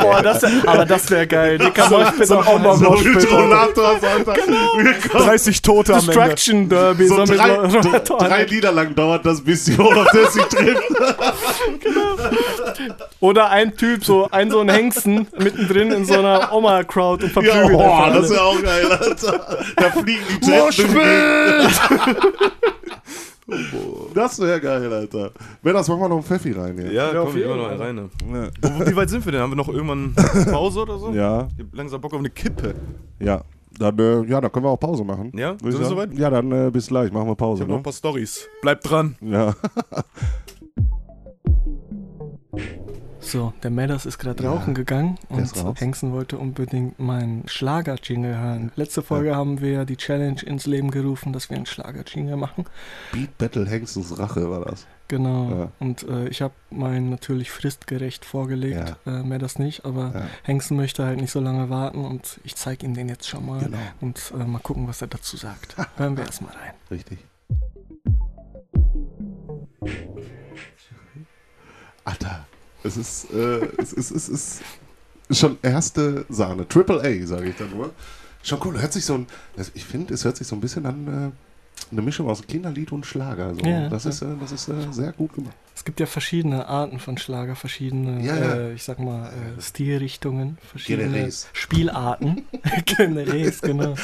Speaker 4: Boah, das wär, aber das wäre geil. Die kann man
Speaker 2: so ein Oma-
Speaker 4: so
Speaker 3: Rollator, Alter. Wir kommen-
Speaker 2: 30 Tote am Ende.
Speaker 4: Destruction Derby.
Speaker 3: So
Speaker 4: mit
Speaker 3: drei,
Speaker 4: Ro-
Speaker 3: drei,
Speaker 4: Rollatoren.
Speaker 3: drei Lieder lang dauert das, bis die Olaf das sich trifft.
Speaker 4: Oder ein Typ, so ein so ein Hengsten mittendrin in so einer Oma-Crowd und
Speaker 3: Ja,
Speaker 4: verprügelt.
Speaker 3: boah,
Speaker 4: einfach
Speaker 3: das ist
Speaker 4: alle.
Speaker 3: ja auch geil, Alter. Da fliegen die Treppen. Das wäre geil, Alter. Wenn das, machen wir noch einen Pfeffi rein hier.
Speaker 2: Ja,
Speaker 4: Ja, auf
Speaker 2: komm, immer
Speaker 4: jeden
Speaker 2: noch
Speaker 4: Fall.
Speaker 2: rein. ne? Wo- Wie weit sind wir denn? Haben wir noch irgendwann Pause oder so?
Speaker 3: Ja,
Speaker 2: Ich hab langsam Bock auf eine Kippe.
Speaker 3: ja. Dann, äh, ja, dann können wir auch Pause machen.
Speaker 2: Ja?
Speaker 3: Würde ich
Speaker 2: Sind wir
Speaker 3: sagen.
Speaker 2: soweit?
Speaker 3: Ja, dann äh, bis gleich. Machen wir Pause.
Speaker 2: Ich hab noch
Speaker 3: Ne?
Speaker 2: ein paar Stories. Bleibt dran.
Speaker 3: Ja.
Speaker 4: So, der Medders ist gerade rauchen gegangen und
Speaker 3: ist raus.
Speaker 4: Hengsten wollte unbedingt meinen Schlager-Jingle hören. Letzte Folge haben wir die Challenge ins Leben gerufen, dass wir einen Schlager-Jingle machen.
Speaker 3: Beat Battle Hengstens Rache war das.
Speaker 4: Genau.
Speaker 3: Ja.
Speaker 4: Und äh, ich habe meinen natürlich fristgerecht vorgelegt, äh, Medders nicht, aber
Speaker 3: Ja.
Speaker 4: Hengsten möchte halt nicht so lange warten und ich zeige ihm den jetzt schon mal
Speaker 3: Genau.
Speaker 4: und äh, mal gucken, was er dazu sagt. hören wir erstmal rein.
Speaker 3: Richtig. Alter, es ist, äh, es ist, es ist schon erste Sahne. Triple A, sage ich da nur. Schon cool, hört sich so ein, also ich finde, es hört sich so ein bisschen an äh, eine Mischung aus Kinderlied und Schlager. So.
Speaker 4: Ja,
Speaker 3: das,
Speaker 4: ja.
Speaker 3: Ist, äh, das ist äh, sehr gut gemacht.
Speaker 4: Es gibt ja verschiedene Arten von Schlager, verschiedene,
Speaker 3: Ja, ja.
Speaker 4: Äh, ich sag mal, äh, Stilrichtungen, verschiedene
Speaker 3: Generes.
Speaker 4: Spielarten. Generes, genau.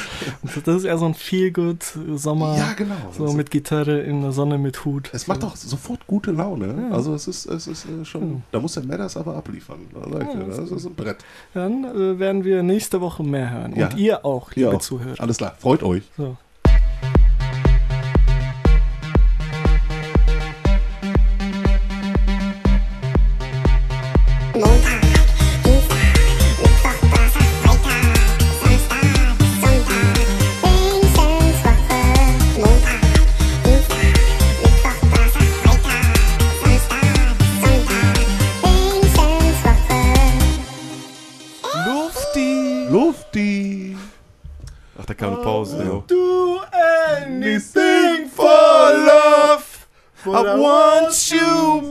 Speaker 4: Und das ist eher so ein Feelgood äh, Sommer,
Speaker 3: ja, genau.
Speaker 4: so
Speaker 3: Das-
Speaker 4: mit Gitarre in der Sonne mit Hut.
Speaker 3: es macht auch sofort gute Laune. Also es ist, es ist äh, schon,
Speaker 4: Ja.
Speaker 3: da muss der Madders aber abliefern. Da sag ich dir, das ist ein Brett.
Speaker 4: Dann äh, werden wir nächste Woche mehr hören.
Speaker 3: Ja.
Speaker 4: Und ihr auch, liebe
Speaker 3: Ja,
Speaker 4: Zuhörer.
Speaker 3: alles klar, freut euch.
Speaker 4: So.
Speaker 5: Montag, Dienstag, Mittwoch, Donnerstag, Freitag, Samstag, Sonntag, wenigstens Woche. Montag, Dienstag, Mittwoch, Donnerstag, Freitag, Samstag, Sonntag, wenigstens Woche.
Speaker 2: Lufti!
Speaker 3: Lufti!
Speaker 2: Ach, da kam eine Pause. jo.
Speaker 4: Do anything
Speaker 2: for love. I want you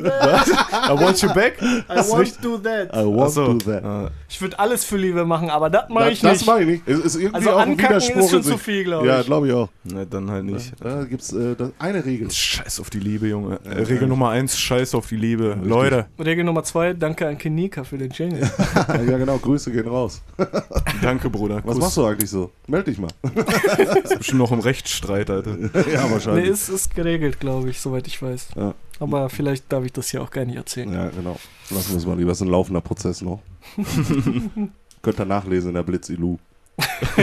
Speaker 2: I want you back.
Speaker 4: I won't do
Speaker 3: I
Speaker 4: that.
Speaker 3: want
Speaker 2: Achso.
Speaker 3: to that.
Speaker 2: Äh,
Speaker 4: Ich würde alles für Liebe machen, aber das mache ich
Speaker 3: das
Speaker 4: nicht.
Speaker 3: mache ich nicht. Es ist irgendwie
Speaker 4: Also
Speaker 3: auch ein
Speaker 4: ankacken ist
Speaker 3: Widerspruch.
Speaker 4: schon
Speaker 3: in sich.
Speaker 4: zu viel, glaub
Speaker 3: Ja,
Speaker 4: ich.
Speaker 3: glaube ich auch.
Speaker 2: ne, dann halt nicht.
Speaker 3: Da gibt es äh, das- eine Regel.
Speaker 2: Scheiß auf die Liebe, Junge. Äh, Regel Nummer eins, scheiß auf die Liebe. Leute,
Speaker 4: Regel Nummer zwei, danke an Kenika für den Jingle.
Speaker 3: ja, genau. Grüße gehen raus.
Speaker 2: danke, Bruder.
Speaker 3: Was machst du eigentlich so? Meld dich mal.
Speaker 2: du? Bestimmt noch im Rechtsstreit, Alter.
Speaker 3: ja,
Speaker 4: nee,
Speaker 3: wahrscheinlich.
Speaker 4: ist, ist geregelt, glaube ich, soweit ich weiß.
Speaker 3: Ja.
Speaker 4: Aber vielleicht darf ich das hier auch gar nicht erzählen.
Speaker 3: ja, genau. Lassen wir es mal lieber. Das ist ein laufender Prozess noch. Könnt ihr nachlesen in der Blitz-Ilu.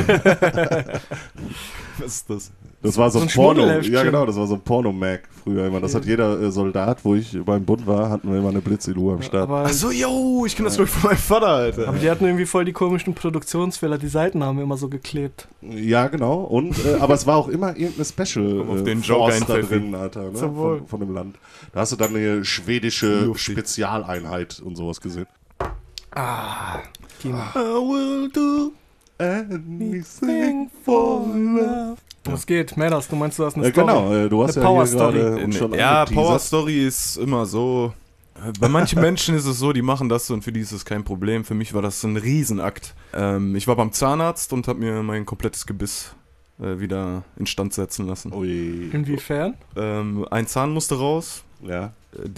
Speaker 2: Was ist das?
Speaker 3: Das war so,
Speaker 4: So
Speaker 3: ein
Speaker 4: ein
Speaker 3: Porno.
Speaker 4: Schmuddelheftchen.
Speaker 3: Ja, genau, das war so ein Porno-Mac früher immer. Das hat jeder äh, Soldat, wo ich beim Bund war, hatten wir immer eine Blitz-Ilu am Start.
Speaker 4: Aber,
Speaker 2: Achso, yo, ich kenne das Glück von meinem Vater, Alter.
Speaker 4: aber die hatten irgendwie voll die komischen Produktionsfehler. Die Seiten haben immer so geklebt.
Speaker 3: Ja, genau. Und, äh, aber es war auch immer irgendeine Special
Speaker 2: Komm auf
Speaker 3: äh,
Speaker 2: den Joker
Speaker 3: Force da
Speaker 2: ein, Pfeffi.
Speaker 3: drin, Alter, ne?
Speaker 2: Zum Wohl.
Speaker 3: von, von dem Land. Da hast du dann eine schwedische
Speaker 2: Lufti.
Speaker 3: Spezialeinheit und sowas gesehen.
Speaker 4: Kima.
Speaker 3: I will do anything for love.
Speaker 4: Was geht? Meras, du meinst, du hast eine
Speaker 3: Äh,
Speaker 4: Story?
Speaker 3: genau, äh, du hast
Speaker 4: Eine
Speaker 3: ja
Speaker 4: Power
Speaker 3: hier
Speaker 4: Story.
Speaker 3: gerade uns schon
Speaker 2: ja,
Speaker 3: angeteasert.
Speaker 2: Power Story ist immer so. äh, Bei manchen Menschen ist es so, die machen das und für die ist es kein Problem. Für mich war das ein Riesenakt. Ähm, ich war beim Zahnarzt und habe mir mein komplettes Gebiss äh, wieder instand setzen lassen.
Speaker 3: Ui.
Speaker 4: Inwiefern?
Speaker 2: Ähm, ein Zahn musste raus.
Speaker 3: Ja.
Speaker 2: Äh,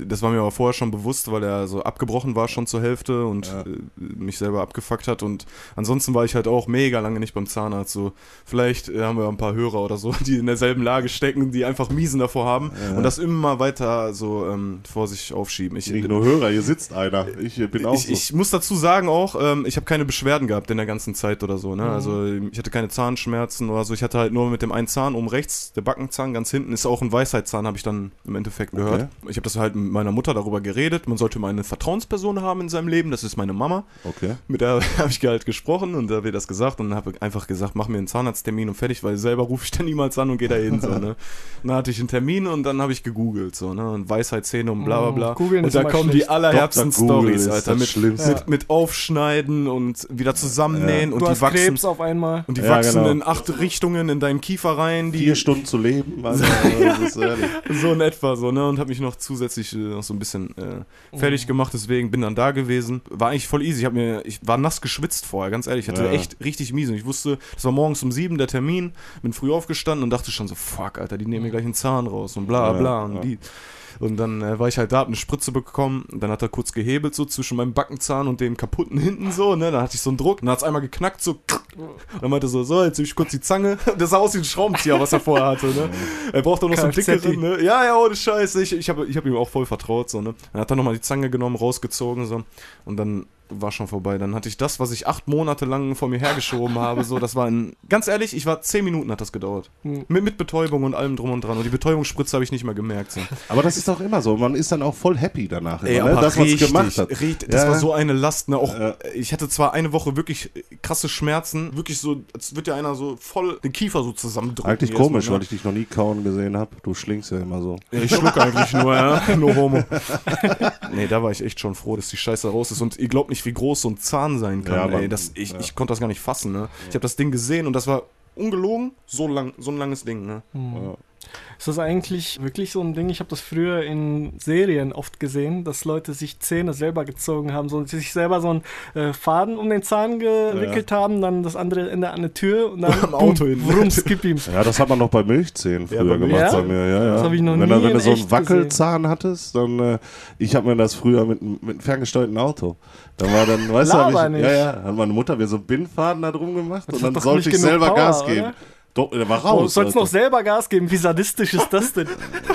Speaker 2: Das war mir aber vorher schon bewusst, weil er so abgebrochen war schon zur Hälfte und
Speaker 3: Ja.
Speaker 2: äh, mich selber abgefuckt hat. Und ansonsten war ich halt auch mega lange nicht beim Zahnarzt. So, vielleicht äh, haben wir ein paar Hörer oder so, die in derselben Lage stecken, die einfach Miesen davor haben und das immer weiter so ähm, vor sich aufschieben. Ich,
Speaker 3: Nicht nur Hörer, hier sitzt einer. Ich äh, bin auch
Speaker 2: ich,
Speaker 3: so.
Speaker 2: ich muss dazu sagen auch, ähm, ich habe keine Beschwerden gehabt in der ganzen Zeit oder so. Ne?
Speaker 3: Mhm.
Speaker 2: Also ich hatte keine Zahnschmerzen oder so. Ich hatte halt nur mit dem einen Zahn oben rechts, der Backenzahn ganz hinten, ist auch ein Weisheitszahn, habe ich dann im Endeffekt gehört. Ich habe das halt mit meiner Mutter darüber geredet. Man sollte mal eine Vertrauensperson haben in seinem Leben. Das ist meine Mama.
Speaker 3: Okay.
Speaker 2: Mit der habe ich halt gesprochen und da habe ich das gesagt und habe einfach gesagt, mach mir einen Zahnarzttermin und fertig, weil selber rufe ich dann niemals an und gehe da hin. So, ne? Dann hatte ich einen Termin und dann habe ich gegoogelt, so, ne? Und Weisheitszähne und bla bla bla.
Speaker 3: Hm,
Speaker 4: Mm, googeln
Speaker 2: und
Speaker 4: ist
Speaker 2: da
Speaker 4: immer
Speaker 2: kommen die
Speaker 4: schlecht.
Speaker 2: allerherbsten
Speaker 3: Dr. Google
Speaker 2: Stories,
Speaker 3: ist
Speaker 2: Alter.
Speaker 3: das
Speaker 2: Mit,
Speaker 3: Schlimmste.
Speaker 2: mit, mit Aufschneiden und wieder zusammennähen und
Speaker 4: du
Speaker 2: die
Speaker 4: hast
Speaker 2: wachsen.
Speaker 4: Krebs auf einmal.
Speaker 2: Und die
Speaker 3: Ja,
Speaker 2: wachsen
Speaker 3: genau.
Speaker 2: in acht Richtungen in deinen Kiefer rein, die
Speaker 3: Vier Stunden zu leben, also, äh, das ist ehrlich.
Speaker 2: so in etwa so, ne? Und habe mich noch zusätzlich äh, noch so ein bisschen äh, fertig
Speaker 3: Mhm.
Speaker 2: gemacht, deswegen bin dann da gewesen. War eigentlich voll easy. Ich, hab mir, ich war nass geschwitzt vorher, ganz ehrlich. Ich hatte
Speaker 3: Ja.
Speaker 2: echt richtig mies. Und ich wusste, das war morgens um sieben der Termin, bin früh aufgestanden und dachte schon so, fuck, Alter, die nehmen mir gleich einen Zahn raus und bla
Speaker 3: Mhm. Ja,
Speaker 2: bla. Und
Speaker 3: ja.
Speaker 2: die. Und dann äh, war ich halt da, hab eine Spritze bekommen. Und dann hat er kurz gehebelt, so zwischen meinem Backenzahn und dem kaputten hinten so. Ne? Dann hatte ich so einen Druck. Dann hat's einmal geknackt, so. Und dann meinte er so, so, jetzt nehme ich kurz die Zange. Das sah aus wie ein Schraubenzieher, was er vorher hatte. Ne? Er braucht auch noch so einen
Speaker 4: Kfz-i.
Speaker 2: dickeren. Ne? Ja, ja, ohne Scheiße. Ich, ich habe ich hab ihm auch voll vertraut. So, ne? Dann hat er nochmal die Zange genommen, rausgezogen. So. Und dann war schon vorbei. Dann hatte ich das, was ich acht Monate lang vor mir hergeschoben habe. So, das war ein. Ganz ehrlich, ich war zehn Minuten hat das gedauert.
Speaker 4: Hm.
Speaker 2: Mit, mit Betäubung und allem drum und dran. Und die Betäubungsspritze habe ich nicht mehr gemerkt. So.
Speaker 3: Aber das ist doch immer so. Man ist dann auch voll happy danach,
Speaker 2: Ey,
Speaker 3: immer, ne?
Speaker 2: aber
Speaker 3: dass man es
Speaker 2: richtig,
Speaker 3: gemacht hat.
Speaker 2: richtig, das
Speaker 3: Ja,
Speaker 2: war
Speaker 3: ja.
Speaker 2: so eine Last. Ne? Auch,
Speaker 3: Ja.
Speaker 2: äh, Ich hatte zwar eine Woche wirklich äh, krasse Schmerzen, wirklich so, als würde dir einer so voll den Kiefer so zusammendrücken.
Speaker 3: Eigentlich
Speaker 2: jedes Mal,
Speaker 3: komisch,
Speaker 2: ne?
Speaker 3: weil ich dich noch nie kauen gesehen habe. Du schlingst ja immer so.
Speaker 2: Ja, Ich schluck eigentlich nur, ja. Nur Homo. Nee, da war ich echt schon froh, dass die Scheiße raus ist. Und ihr glaubt nicht, wie groß so ein Zahn sein
Speaker 3: Ja,
Speaker 2: kann.
Speaker 3: aber-
Speaker 2: ey, das, ich,
Speaker 3: ja.
Speaker 2: ich konnte das gar nicht fassen, ne? Ich habe das Ding gesehen und das war ungelogen so, lang, so ein langes Ding, ne?
Speaker 4: Mhm. Ist das eigentlich wirklich so ein Ding? Ich habe das früher in Serien oft gesehen, dass Leute sich Zähne selber gezogen haben, so, sich selber so einen äh, Faden um den Zahn gewickelt haben, dann das andere Ende an eine Tür und dann
Speaker 2: Am Auto hin.
Speaker 4: Wumm, skip ihm.
Speaker 3: Ja, das hat man noch bei Milchzähnen
Speaker 2: Ja,
Speaker 3: früher
Speaker 2: bei
Speaker 3: gemacht,
Speaker 4: Milch-
Speaker 3: bei mir. Ja, ja.
Speaker 4: Das hab ich noch
Speaker 3: wenn,
Speaker 4: nie
Speaker 3: du- Wenn du
Speaker 4: in
Speaker 3: so einen
Speaker 4: echt
Speaker 3: Wackelzahn hattest, dann. Äh, ich habe mir das früher mit, einem- mit einem ferngesteuerten Auto. Dann war dann, weißt du, hab ich,
Speaker 4: Laber nicht.
Speaker 3: ja, ja, hat meine Mutter mir so einen Bindfaden da drum gemacht und
Speaker 4: hat
Speaker 3: dann
Speaker 4: doch
Speaker 3: sollte ich
Speaker 4: nicht genug
Speaker 3: selber
Speaker 4: Power,
Speaker 3: Gas
Speaker 4: oder?
Speaker 3: geben. Doch, der war
Speaker 4: Oh,
Speaker 3: raus.
Speaker 4: du sollst
Speaker 3: Alter.
Speaker 4: noch selber Gas geben. Wie sadistisch ist das denn?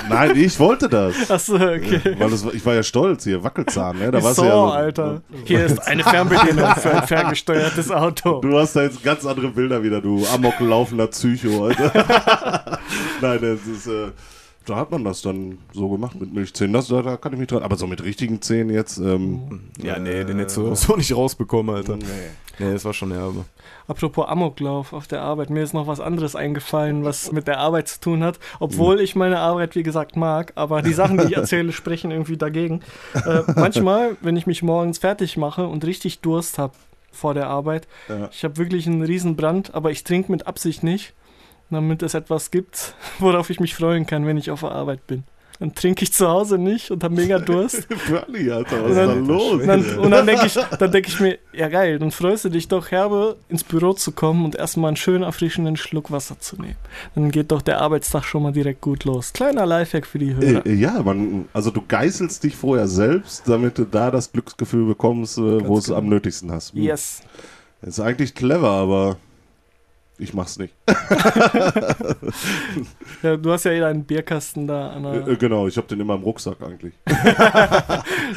Speaker 3: Nein, ich wollte das.
Speaker 4: Achso, okay.
Speaker 3: Weil das, war- ich war ja stolz hier, Wackelzahn, ne? Da warst
Speaker 4: so,
Speaker 3: du ja so,
Speaker 4: Alter. Hier ist eine Fernbedienung für ein ferngesteuertes Auto.
Speaker 3: Du hast da jetzt ganz andere Bilder wieder, du amoklaufender Psycho, Alter. Nein, das ist, äh, da hat man das dann so gemacht mit Milchzähnen. Das, da, da kann ich mich dran. Aber so mit richtigen Zähnen jetzt. Ähm,
Speaker 2: Ja, nee, den hättest du so nicht rausbekommen,
Speaker 4: Oh,
Speaker 2: Alter.
Speaker 3: nee.
Speaker 2: Nee, das war schon herbe.
Speaker 4: Apropos Amoklauf auf der Arbeit, mir ist noch was anderes eingefallen, was mit der Arbeit zu tun hat, obwohl
Speaker 3: Mhm.
Speaker 4: ich meine Arbeit wie gesagt mag, aber die Sachen, die ich erzähle, sprechen irgendwie dagegen. Äh, manchmal, wenn ich mich morgens fertig mache und richtig Durst habe vor der Arbeit,
Speaker 3: Ja.
Speaker 4: ich habe wirklich einen Riesenbrand, aber ich trinke mit Absicht nicht, damit es etwas gibt, worauf ich mich freuen kann, wenn ich auf der Arbeit bin. Dann trinke ich zu Hause nicht und habe mega Durst.
Speaker 3: Bernie, Alter, was
Speaker 4: Und
Speaker 3: ist da
Speaker 4: dann-
Speaker 3: los?
Speaker 4: Und dann, und dann denke ich, dann denk ich mir, ja geil, dann freust du dich doch, Herbe, ins Büro zu kommen und erstmal einen schön erfrischenden Schluck Wasser zu nehmen. Dann geht doch der Arbeitstag schon mal direkt gut los. Kleiner Lifehack für die Hörer.
Speaker 3: Äh, äh, ja, man, also du geißelst dich vorher selbst, damit du da das Glücksgefühl bekommst, äh, wo es am nötigsten hast. Hm.
Speaker 4: genau. Yes.
Speaker 3: Ist eigentlich clever, aber ich mach's nicht.
Speaker 4: Ja, du hast ja eh deinen Bierkasten da an der,
Speaker 3: Äh, genau, ich habe den immer im Rucksack eigentlich. äh.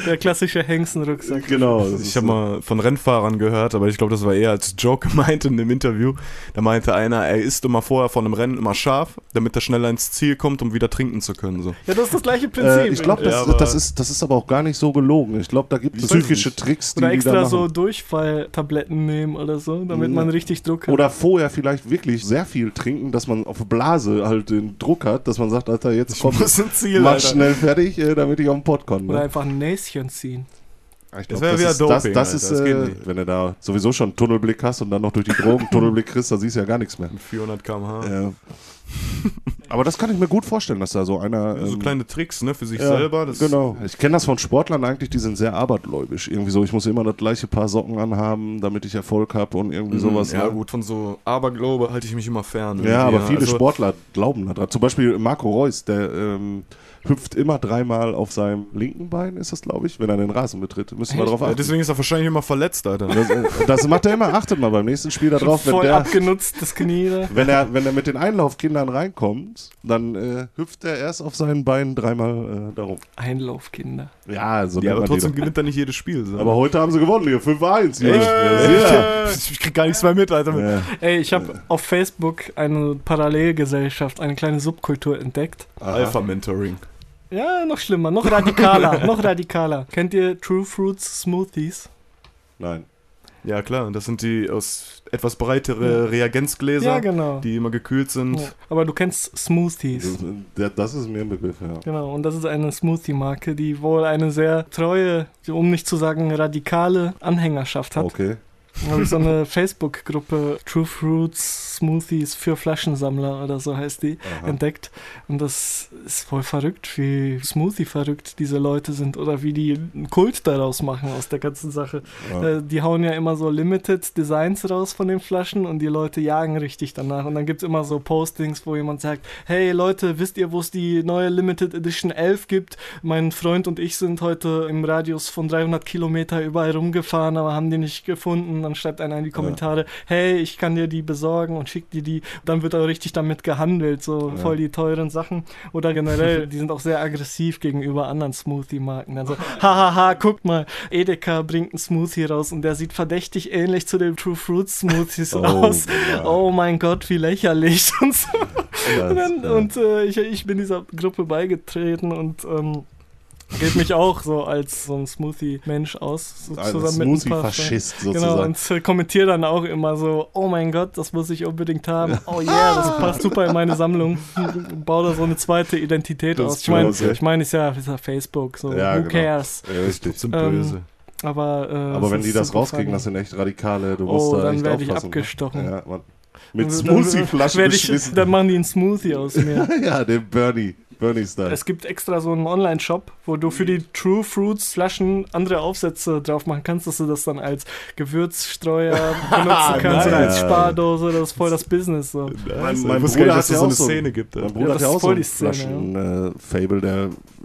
Speaker 4: der klassische Hengstenrucksack.
Speaker 3: genau. das
Speaker 2: Ich
Speaker 3: ist
Speaker 2: habe
Speaker 3: so.
Speaker 2: mal von Rennfahrern gehört, aber ich glaube, das war eher als Joke gemeint in dem Interview. Da meinte einer, er isst immer vorher von einem Rennen immer scharf, damit er schneller ins Ziel kommt, um wieder trinken zu können. So.
Speaker 4: Ja, das ist das gleiche Prinzip.
Speaker 3: Äh, ich glaube, das,
Speaker 2: Ja, aber-
Speaker 3: das, ist, das ist aber auch gar nicht so gelogen. Ich glaube, da gibt es
Speaker 2: weiß
Speaker 3: psychische
Speaker 2: nicht.
Speaker 3: Tricks, die
Speaker 4: Oder
Speaker 3: die da
Speaker 4: extra
Speaker 3: machen.
Speaker 4: so Durchfalltabletten nehmen oder so, damit man richtig Druck hat.
Speaker 3: Oder vorher vielleicht wirklich sehr viel trinken, dass man auf der Blase halt den Druck hat, dass man sagt, Alter, jetzt komm,
Speaker 2: muss ins Ziel,
Speaker 3: mach
Speaker 2: Alter.
Speaker 3: schnell fertig, äh, damit ich auf den Pott komme.
Speaker 4: Oder
Speaker 3: Ne? Ah,
Speaker 4: einfach ein Näschen ziehen.
Speaker 3: Ich
Speaker 2: Das wäre wieder
Speaker 3: ist, das,
Speaker 2: Doping,
Speaker 3: das
Speaker 2: Alter,
Speaker 3: ist,
Speaker 2: das geht
Speaker 3: äh,
Speaker 2: nicht.
Speaker 3: wenn du da sowieso schon einen Tunnelblick hast und dann noch durch die Drogen einen Tunnelblick kriegst, dann siehst du ja gar nichts mehr.
Speaker 2: 400 km/h.
Speaker 3: Ja. Aber das kann ich mir gut vorstellen, dass da so einer.
Speaker 2: So
Speaker 3: ähm,
Speaker 2: kleine Tricks ne, für sich
Speaker 3: ja,
Speaker 2: selber. Das
Speaker 3: genau. Ich kenne das von Sportlern eigentlich, die sind sehr abergläubisch. Irgendwie so, ich muss immer das gleiche Paar Socken anhaben, damit ich Erfolg habe und irgendwie sowas.
Speaker 2: Mhm, Ja,
Speaker 3: ne?
Speaker 2: gut, von so Aberglaube halte ich mich immer fern.
Speaker 3: Ja, aber viele
Speaker 2: also-
Speaker 3: Sportler glauben da dran. Zum Beispiel Marco Reus, der ähm, hüpft immer dreimal auf seinem linken Bein, ist das, glaube ich, wenn er den Rasen betritt. Müssen wir drauf
Speaker 2: Ja,
Speaker 3: achten.
Speaker 2: äh, deswegen ist er wahrscheinlich immer verletzt, Alter.
Speaker 3: das, äh, das macht er immer. Achtet mal beim nächsten Spiel darauf, wenn
Speaker 4: Voll
Speaker 3: der.
Speaker 4: abgenutzt, das Knie da.
Speaker 3: Wenn er, wenn er mit den Einlaufkindern reinkommt, dann äh, hüpft er erst auf seinen Beinen dreimal äh, darum.
Speaker 4: Einlaufkinder.
Speaker 3: Ja, so
Speaker 2: Ja,
Speaker 3: nennt
Speaker 2: aber
Speaker 3: man die
Speaker 2: trotzdem
Speaker 3: doch.
Speaker 2: gewinnt er nicht jedes Spiel. So.
Speaker 3: aber heute haben sie gewonnen hier, 5-1. Ja, ja.
Speaker 2: Äh, ich krieg gar nichts mehr mit, Alter.
Speaker 3: Ja.
Speaker 4: Ey, ich
Speaker 2: Äh.
Speaker 4: habe auf Facebook eine Parallelgesellschaft, eine kleine Subkultur entdeckt.
Speaker 2: Alpha-Mentoring.
Speaker 4: Ja, noch schlimmer, noch radikaler, noch radikaler. Kennt ihr True Fruits Smoothies?
Speaker 3: Nein.
Speaker 2: Ja, klar, das sind die aus etwas breitere Reagenzgläser,
Speaker 4: Ja, genau.
Speaker 2: die immer gekühlt sind.
Speaker 4: Ja, aber du kennst Smoothies.
Speaker 3: Das- Das ist mir ein Begriff, ja.
Speaker 4: Genau, und das ist eine Smoothie-Marke, die wohl eine sehr treue, um nicht zu sagen radikale Anhängerschaft hat.
Speaker 3: Okay.
Speaker 4: Da habe ich so eine Facebook-Gruppe True Fruits Smoothies für Flaschensammler oder so heißt die entdeckt. Und das ist voll verrückt, wie Smoothie-verrückt diese Leute sind oder wie die einen Kult daraus machen aus der ganzen Sache.
Speaker 3: Ja.
Speaker 4: Äh, die hauen ja immer so Limited Designs raus von den Flaschen und die Leute jagen richtig danach. Und dann gibt es immer so Postings, wo jemand sagt, hey Leute, wisst ihr, wo es die neue Limited Edition 11 gibt? Mein Freund und ich sind heute im Radius von 300 Kilometer überall rumgefahren, aber haben die nicht gefunden. Dann schreibt einer in die Kommentare, hey, ich kann dir die besorgen und schick dir die. Dann wird auch richtig damit gehandelt, so voll die teuren Sachen. Oder generell, die sind auch sehr aggressiv gegenüber anderen Smoothie-Marken. Dann so, hahaha, guck mal, Edeka bringt einen Smoothie raus und der sieht verdächtig ähnlich zu den True Fruit Smoothies
Speaker 3: Oh,
Speaker 4: aus.
Speaker 3: ja.
Speaker 4: Oh mein Gott, wie lächerlich und so.
Speaker 3: Das,
Speaker 4: Und, dann,
Speaker 3: ja.
Speaker 4: und äh, ich, ich bin dieser Gruppe beigetreten und ähm, gebe mich auch so als so ein Smoothie-Mensch aus. So
Speaker 3: Ein
Speaker 4: zusammen mit ein paar
Speaker 3: Smoothie-Faschist
Speaker 4: Freunden.
Speaker 3: sozusagen.
Speaker 4: Genau, und äh, kommentiere dann auch immer so, oh mein Gott, das muss ich unbedingt haben. Oh yeah, das passt super in meine Sammlung. Baue da so eine zweite Identität
Speaker 3: Das
Speaker 4: aus.
Speaker 3: ist
Speaker 4: Ich meine,
Speaker 3: groß, ey.
Speaker 4: ich meine, ist ja, ist ja Facebook, so
Speaker 3: Ja,
Speaker 4: who
Speaker 3: genau.
Speaker 4: cares.
Speaker 3: Ja, richtig.
Speaker 2: Sind
Speaker 4: Ähm,
Speaker 2: böse.
Speaker 4: Aber, äh,
Speaker 3: Aber
Speaker 4: es
Speaker 3: wenn die
Speaker 4: ist
Speaker 3: das
Speaker 4: super
Speaker 3: rauskriegen,
Speaker 4: funny.
Speaker 3: das sind echt Radikale. Du
Speaker 4: Oh,
Speaker 3: musst da
Speaker 4: dann
Speaker 3: echt
Speaker 4: werd ich
Speaker 3: aufpassen. ne?
Speaker 4: abgestochen.
Speaker 3: Ja, Mann. Mit
Speaker 4: Dann- dann-
Speaker 3: Smoothie-Flaschen
Speaker 4: werd ich-
Speaker 3: beschmissen.
Speaker 4: Dann machen die einen Smoothie aus mir.
Speaker 3: ja, den Bernie. Bernie-Style.
Speaker 4: Es gibt extra so einen Online-Shop, wo du für die True Fruits Flaschen andere Aufsätze drauf machen kannst, dass du das dann als Gewürzstreuer benutzen kannst oder als
Speaker 3: Nein.
Speaker 4: Spardose. Das ist voll das Business. So.
Speaker 3: Mein,
Speaker 2: ich wusste gar nicht, dass es so eine Szene gibt.
Speaker 3: Mein
Speaker 2: Alter.
Speaker 3: Bruder
Speaker 4: Ja,
Speaker 3: hat
Speaker 4: das
Speaker 3: ja
Speaker 4: ist
Speaker 3: auch so
Speaker 4: voll
Speaker 3: ein
Speaker 4: die Szene,
Speaker 3: Flaschen-Fable, der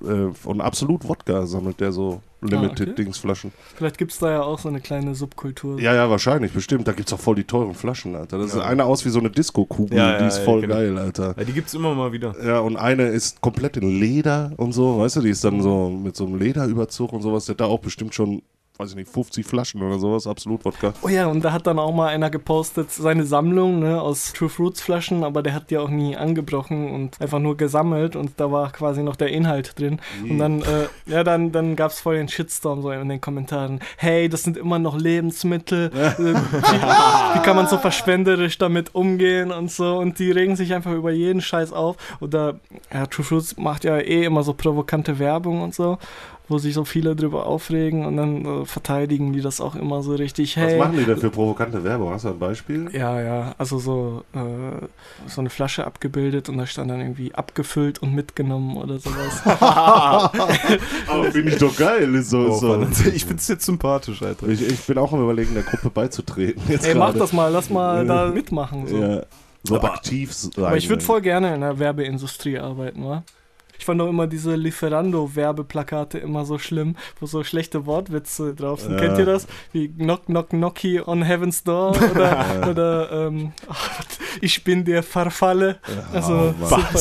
Speaker 3: äh, von absolut Wodka sammelt, der so
Speaker 4: Ah, okay.
Speaker 3: Limited-Dingsflaschen.
Speaker 4: Vielleicht gibt es da ja auch so eine kleine Subkultur.
Speaker 3: Ja, ja, wahrscheinlich, bestimmt. Da gibt's auch voll die teuren Flaschen, Alter. Das ist eine aus wie so eine Disco-Kugel,
Speaker 2: Ja, ja,
Speaker 3: die ist
Speaker 2: ja,
Speaker 3: voll
Speaker 2: genau.
Speaker 3: geil, Alter.
Speaker 2: Ja, die gibt's immer mal wieder.
Speaker 3: Ja, und eine ist komplett in Leder und so, weißt du, die ist dann so mit so einem Lederüberzug und sowas. Der hat da auch bestimmt schon, weiß ich nicht, 50 Flaschen oder sowas, absolut Wodka.
Speaker 4: Oh ja, und da hat dann auch mal einer gepostet seine Sammlung ne, aus True Fruits Flaschen, aber der hat die auch nie angebrochen und einfach nur gesammelt und da war quasi noch der Inhalt drin. Und dann, äh, ja, dann, dann gab's voll den Shitstorm so in den Kommentaren. Hey, das sind immer noch Lebensmittel. äh, wie, wie kann man so verschwenderisch damit umgehen und so? Und die regen sich einfach über jeden Scheiß auf. Oder ja, True Fruits macht ja eh immer so provokante Werbung und so. wo sich so viele drüber aufregen und dann äh, verteidigen die das auch immer so richtig. Hey,
Speaker 3: Was machen die denn für provokante Werbung? Hast du ein Beispiel?
Speaker 4: Ja, ja, also so, äh, so eine Flasche abgebildet und da stand dann irgendwie abgefüllt und mitgenommen oder sowas.
Speaker 3: Aber finde ich doch geil. Ist so,
Speaker 2: Oh,
Speaker 3: ist so.
Speaker 2: Mann, Ich find's jetzt sympathisch, Alter.
Speaker 3: Ich, ich bin auch am überlegen, der Gruppe beizutreten. Jetzt
Speaker 4: Ey, mach
Speaker 3: gerade.
Speaker 4: das mal, lass mal da mitmachen. So.
Speaker 3: Ja, so aktiv sein.
Speaker 4: Aber ich würde voll gerne in der Werbeindustrie arbeiten, wa? Ich fand auch immer diese Lieferando-Werbeplakate immer so schlimm, wo so schlechte Wortwitze drauf sind.
Speaker 3: Ja.
Speaker 4: Kennt ihr das? Wie Knock Knock Knocky on Heaven's Door oder, oder ähm, ach, ich bin der Verfalle. Also
Speaker 3: oh,
Speaker 4: super.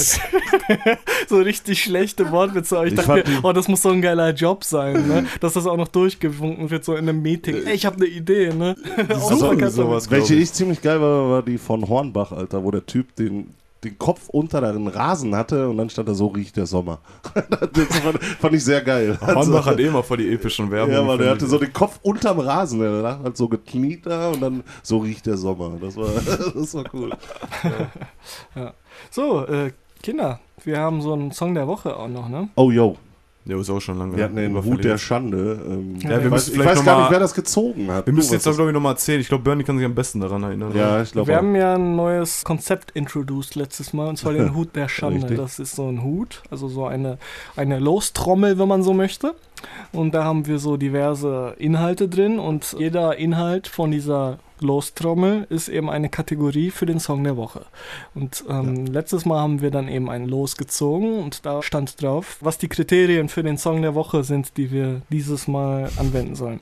Speaker 4: so richtig schlechte Wortwitze. Aber ich,
Speaker 3: Ich
Speaker 4: dachte mir,
Speaker 3: fand die-
Speaker 4: oh, das muss so ein geiler Job sein, ne? dass das auch noch durchgewunken wird, so in einem Meeting. Ey, ich habe eine Idee, ne?
Speaker 2: suchen
Speaker 4: Aufmerksamkeit-
Speaker 2: sowas. glaub
Speaker 3: Also, Welche
Speaker 2: ich.
Speaker 3: ich ziemlich geil war, war die von Hornbach, Alter, wo der Typ den, den Kopf unter den Rasen hatte und dann stand da, so riecht der Sommer. das fand, fand ich sehr geil. Also,
Speaker 2: Hornbach hat eh immer vor die epischen Werbung.
Speaker 3: ja, weil der
Speaker 2: finde
Speaker 3: hatte so den Kopf unterm Rasen, der lag halt so gekniet da und dann so riecht der Sommer. Das war, das war cool.
Speaker 4: So, äh, Kinder, wir haben so einen Song der Woche auch noch, ne?
Speaker 3: Oh, yo.
Speaker 2: ich. Der ist auch schon lange.
Speaker 3: Wir hatten den
Speaker 2: überverliert.
Speaker 3: Hut der Schande. Ähm,
Speaker 4: Ja, wir
Speaker 3: ich weiß,
Speaker 2: müssen
Speaker 3: ich
Speaker 2: vielleicht
Speaker 3: weiß gar
Speaker 2: noch mal-
Speaker 3: nicht, wer das gezogen hat.
Speaker 2: Wir müssen
Speaker 3: Du,
Speaker 2: jetzt,
Speaker 3: was
Speaker 2: glaube ich, nochmal erzählen. Ich glaube, Bernie kann sich am besten daran erinnern.
Speaker 3: das- Ja, ich glaube.
Speaker 4: Wir haben ja ein neues Konzept introduced letztes Mal, und zwar den Hut der Schande.
Speaker 3: Richtig.
Speaker 4: Das ist so ein Hut, also so eine, eine Lostrommel, wenn man so möchte. Und da haben wir so diverse Inhalte drin und jeder Inhalt von dieser Lostrommel ist eben eine Kategorie für den Song der Woche. Und ähm, letztes Mal haben wir dann eben ein Los gezogen und da stand drauf, was die Kriterien für den Song der Woche sind, die wir dieses Mal anwenden sollen.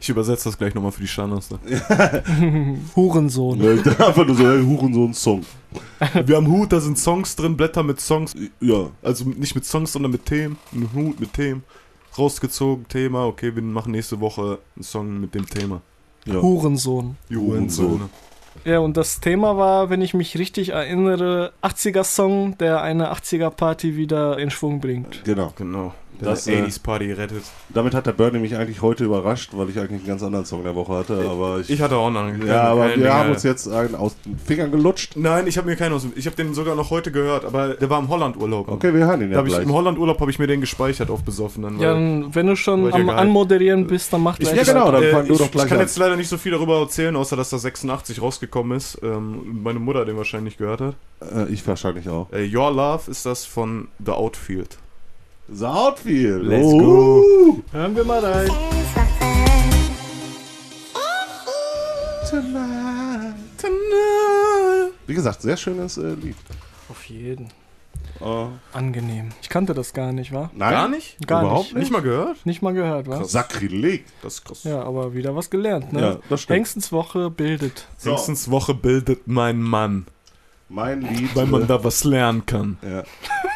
Speaker 2: Ich übersetze das gleich nochmal für die Scharnas.
Speaker 4: Hurensohn.
Speaker 3: Einfach nur so, hey, Hurensohn-Song.
Speaker 2: Wir haben Hut, da sind Songs drin, Blätter mit Songs.
Speaker 3: Ja,
Speaker 2: Also nicht mit Songs, sondern mit Themen. Ein Hut mit Themen. Rausgezogen, Thema. Okay, wir machen nächste Woche einen Song mit dem Thema. ne?
Speaker 3: ja.
Speaker 4: Hurensohn.
Speaker 2: Die
Speaker 3: Hurensohn.
Speaker 2: Hurensöhne.
Speaker 4: Ja, und das Thema war, wenn ich mich richtig erinnere, 80er-Song, der eine 80er-Party wieder in Schwung bringt.
Speaker 3: Genau.
Speaker 2: Genau. Der
Speaker 3: Das,
Speaker 2: das,
Speaker 3: äh,
Speaker 2: 80s Party rettet.
Speaker 3: Damit hat der Bernie mich eigentlich heute überrascht, weil ich eigentlich einen ganz anderen Song der Woche hatte, aber ich.
Speaker 2: Ich hatte auch noch einen
Speaker 3: ja, aber
Speaker 2: kleinen
Speaker 3: wir
Speaker 2: Dinger.
Speaker 3: haben uns jetzt einen aus den Fingern gelutscht.
Speaker 2: Nein, ich habe mir keinen aus. Ich habe den sogar noch heute gehört, aber der war im Holland-Urlaub.
Speaker 3: Okay, wir hören ihn
Speaker 2: Da
Speaker 3: ja
Speaker 2: hab ich,
Speaker 3: gleich.
Speaker 2: Im Holland-Urlaub habe ich mir den gespeichert auf Besoffenen.
Speaker 4: Ja,
Speaker 2: weil-
Speaker 4: dann, wenn du schon
Speaker 2: Wollt ihr
Speaker 4: am
Speaker 2: geil?
Speaker 4: Anmoderieren bist, dann mach
Speaker 3: Ich-
Speaker 4: gleich.
Speaker 3: ja, genau.
Speaker 4: weiter.
Speaker 3: dann fang du
Speaker 2: Äh, ich,
Speaker 3: doch gleich
Speaker 2: ich kann
Speaker 3: an.
Speaker 2: jetzt leider nicht so viel darüber erzählen, außer dass das 86 rausgekommen ist. Ähm, und meine Mutter den wahrscheinlich gehört hat.
Speaker 3: äh, ich wahrscheinlich auch.
Speaker 2: Äh, Your Love ist das von The Outfield.
Speaker 3: The Outfield.
Speaker 2: Let's
Speaker 3: go.
Speaker 4: Hören wir mal rein.
Speaker 3: Wie gesagt, sehr schönes äh, Lied.
Speaker 4: Auf jeden.
Speaker 3: Äh,
Speaker 4: Angenehm. Ich kannte das gar nicht, wa?
Speaker 3: nein.
Speaker 2: Gar nicht?
Speaker 4: Gar
Speaker 3: Überhaupt
Speaker 4: nicht.
Speaker 2: Nicht mal gehört?
Speaker 4: Nicht mal gehört, wa?
Speaker 3: Sakrileg.
Speaker 2: Das ist krass.
Speaker 4: Ja, aber wieder was gelernt,
Speaker 3: Ja,
Speaker 4: ne?
Speaker 3: das stimmt.
Speaker 4: Hengstens Woche bildet.
Speaker 3: So.
Speaker 2: Sechstens Woche bildet mein Mann,
Speaker 3: Mein Lied.
Speaker 2: weil man
Speaker 3: äh,
Speaker 2: da was lernen kann.
Speaker 3: Ja.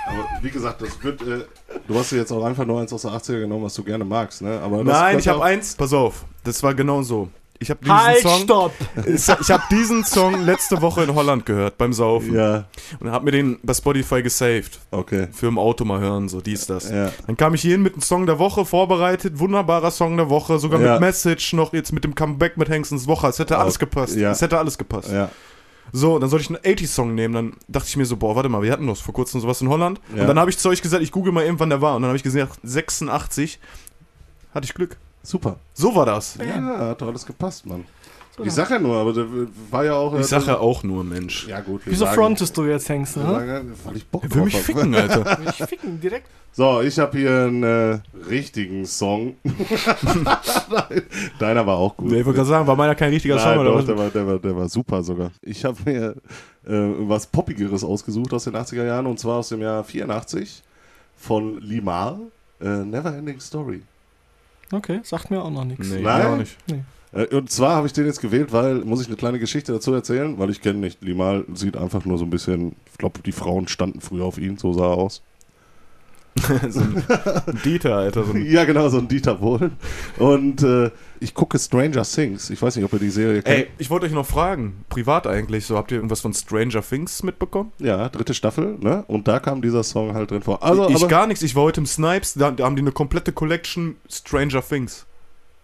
Speaker 3: Aber wie gesagt, das wird. Äh, du hast dir jetzt auch einfach nur eins aus der 80er genommen, was du gerne magst, ne? Aber das
Speaker 2: Nein,
Speaker 3: könnte
Speaker 2: ich habe
Speaker 3: auch-
Speaker 2: eins. Pass auf, das war genau so. Ich habe diesen
Speaker 4: Halt,
Speaker 2: Song.
Speaker 4: stopp!
Speaker 2: Ich habe diesen Song letzte Woche in Holland gehört beim Saufen
Speaker 3: Ja,
Speaker 2: und habe mir den bei Spotify gesaved.
Speaker 3: okay.
Speaker 2: Für im Auto mal hören, so dies, das.
Speaker 3: Ja.
Speaker 2: Dann kam ich hierhin mit einem Song der Woche vorbereitet, wunderbarer Song der Woche, sogar
Speaker 3: Ja.
Speaker 2: mit Message noch, jetzt mit dem Comeback mit Hengsons Woche. Es hätte alles gepasst.
Speaker 3: ja.
Speaker 2: Es hätte alles gepasst.
Speaker 3: Ja.
Speaker 2: So, dann sollte ich einen 80-Song nehmen. Dann dachte ich mir so, boah, warte mal, wir hatten das vor kurzem sowas in Holland.
Speaker 3: Ja.
Speaker 2: Und dann habe ich zu euch gesagt, ich google mal eben, wann der war. Und dann habe ich gesehen, 86. Hatte ich Glück.
Speaker 3: Super.
Speaker 2: So war das.
Speaker 3: Ja, hat doch alles gepasst, Mann. ich sag ja nur, aber der war ja auch. äh,
Speaker 2: Ich sage ja auch nur, Mensch.
Speaker 3: Ja, gut. wir
Speaker 4: Wieso
Speaker 3: sagen-
Speaker 4: frontest du jetzt Hengst,
Speaker 3: wir
Speaker 4: ne?
Speaker 3: sagen, Weil ich Bock
Speaker 2: Will
Speaker 3: drauf
Speaker 2: mich
Speaker 3: hab. ne?
Speaker 2: ficken, Alter.
Speaker 4: Ich ficken direkt.
Speaker 3: So, ich habe hier einen äh, richtigen Song. Deiner war auch gut.
Speaker 2: Nee, ich wollte gerade sagen, war meiner kein richtiger
Speaker 3: Nein,
Speaker 2: Song
Speaker 3: doch,
Speaker 2: oder
Speaker 3: der,
Speaker 2: was?
Speaker 3: war, der, war, der war super sogar. Ich habe mir äh, was Poppigeres ausgesucht aus den 80er Jahren und zwar aus dem Jahr 84 von Limar. Äh, Neverending Story.
Speaker 4: Okay, sagt mir auch noch nichts.
Speaker 2: Nee,
Speaker 3: Nein.
Speaker 2: mir auch nicht.
Speaker 3: Äh, Und zwar habe ich den jetzt gewählt, weil, muss ich eine kleine Geschichte dazu erzählen, weil ich kenne nicht. Limal sieht einfach nur so ein bisschen, ich glaube, die Frauen standen früher auf ihn, so sah er aus.
Speaker 2: so ein ein Dieter, Alter. So ein
Speaker 3: Ja, genau, so ein Dieter Bohlen. Und äh, ich gucke Stranger Things. Ich weiß nicht, ob ihr die Serie kennt.
Speaker 2: Ey, ich wollte euch noch fragen, privat eigentlich, so habt ihr irgendwas von Stranger Things mitbekommen?
Speaker 3: Ja, dritte Staffel, ne? Und da kam dieser Song halt drin vor. Also,
Speaker 2: ich
Speaker 3: aber,
Speaker 2: gar nichts, ich war heute im Snipes, da, da haben die eine komplette Collection Stranger Things.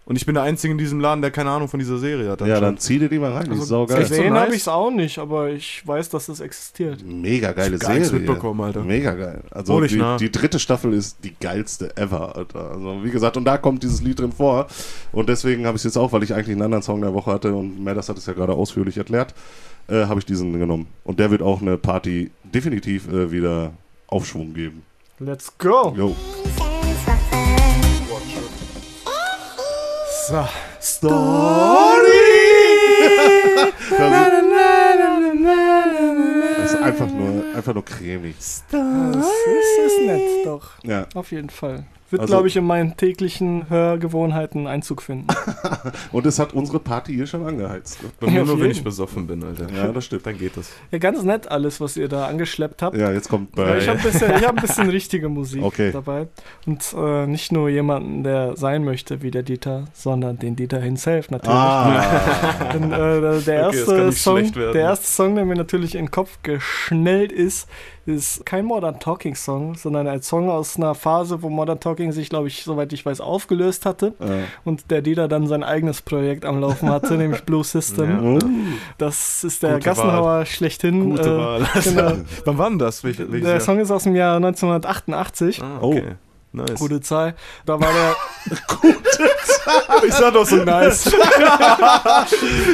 Speaker 2: Und ich bin der Einzige in diesem Laden, der keine Ahnung von dieser Serie hat.
Speaker 3: Ja, dann zieh dir die mal rein. Die ist saugeil.
Speaker 2: Also, echt so
Speaker 4: Gesehen
Speaker 2: nice?
Speaker 4: habe ich es auch nicht, aber ich weiß, dass es existiert.
Speaker 3: Mega geile
Speaker 2: gar nichts
Speaker 3: Serie.
Speaker 2: mitbekommen, Alter.
Speaker 3: Mega geil. Also
Speaker 2: Hol ich
Speaker 3: die,
Speaker 2: nach.
Speaker 3: die dritte Staffel ist die geilste ever, Alter. Also wie gesagt, und da kommt dieses Lied drin vor. Und deswegen habe ich es jetzt auch, weil ich eigentlich einen anderen Song der Woche hatte und Madders hat es ja gerade ausführlich erklärt, äh, habe ich diesen genommen. Und der wird auch eine Party definitiv äh, wieder Aufschwung geben.
Speaker 4: Let's go!
Speaker 3: Yo.
Speaker 4: So.
Speaker 3: Das ist einfach nur, einfach nur cremig.
Speaker 4: Das ist es nett, doch.
Speaker 3: Ja.
Speaker 4: Auf jeden Fall. Wird,
Speaker 3: Also-
Speaker 4: glaube ich, in meinen täglichen Hörgewohnheiten Einzug finden.
Speaker 3: Und es hat unsere Party hier schon angeheizt. Ne?
Speaker 2: Bei mir
Speaker 4: Ja, auf
Speaker 2: nur, wenn
Speaker 4: jeden.
Speaker 2: ich besoffen bin, Alter.
Speaker 3: Ja, das stimmt.
Speaker 2: Dann geht das.
Speaker 4: Ja, ganz nett alles, was ihr da angeschleppt habt.
Speaker 3: Ja, jetzt kommt
Speaker 4: Ja, Ich
Speaker 3: bei.
Speaker 4: habe ein, bisschen- ich hab ein bisschen richtige Musik
Speaker 3: Okay.
Speaker 4: dabei. Und äh, nicht nur jemanden, der sein möchte wie der Dieter, sondern den Dieter himself natürlich.
Speaker 3: Ah,
Speaker 4: Denn, äh, der,
Speaker 2: Okay, das
Speaker 4: erste
Speaker 2: kann nicht
Speaker 4: Song,
Speaker 2: schlecht werden.
Speaker 4: der erste Song, der mir natürlich in den Kopf geschnellt ist, ist kein Modern Talking Song, sondern ein Song aus einer Phase, wo Modern Talking sich, glaube ich, soweit ich weiß, aufgelöst hatte
Speaker 3: äh,
Speaker 4: und der Dieter dann sein eigenes Projekt am Laufen hatte, nämlich Blue System.
Speaker 3: oh.
Speaker 4: Das ist der
Speaker 2: Gute
Speaker 4: Gassenhauer schlechthin.
Speaker 2: Gute
Speaker 4: äh,
Speaker 2: Wahl.
Speaker 4: Genau.
Speaker 2: Wann war denn das? Welch, welches
Speaker 4: Der
Speaker 2: Jahr?
Speaker 4: Song ist aus dem Jahr 1988.
Speaker 2: Ah,
Speaker 3: Oh.
Speaker 2: okay. Nice.
Speaker 4: Gute Zahl. Da war der.
Speaker 2: Ich sag doch so nice.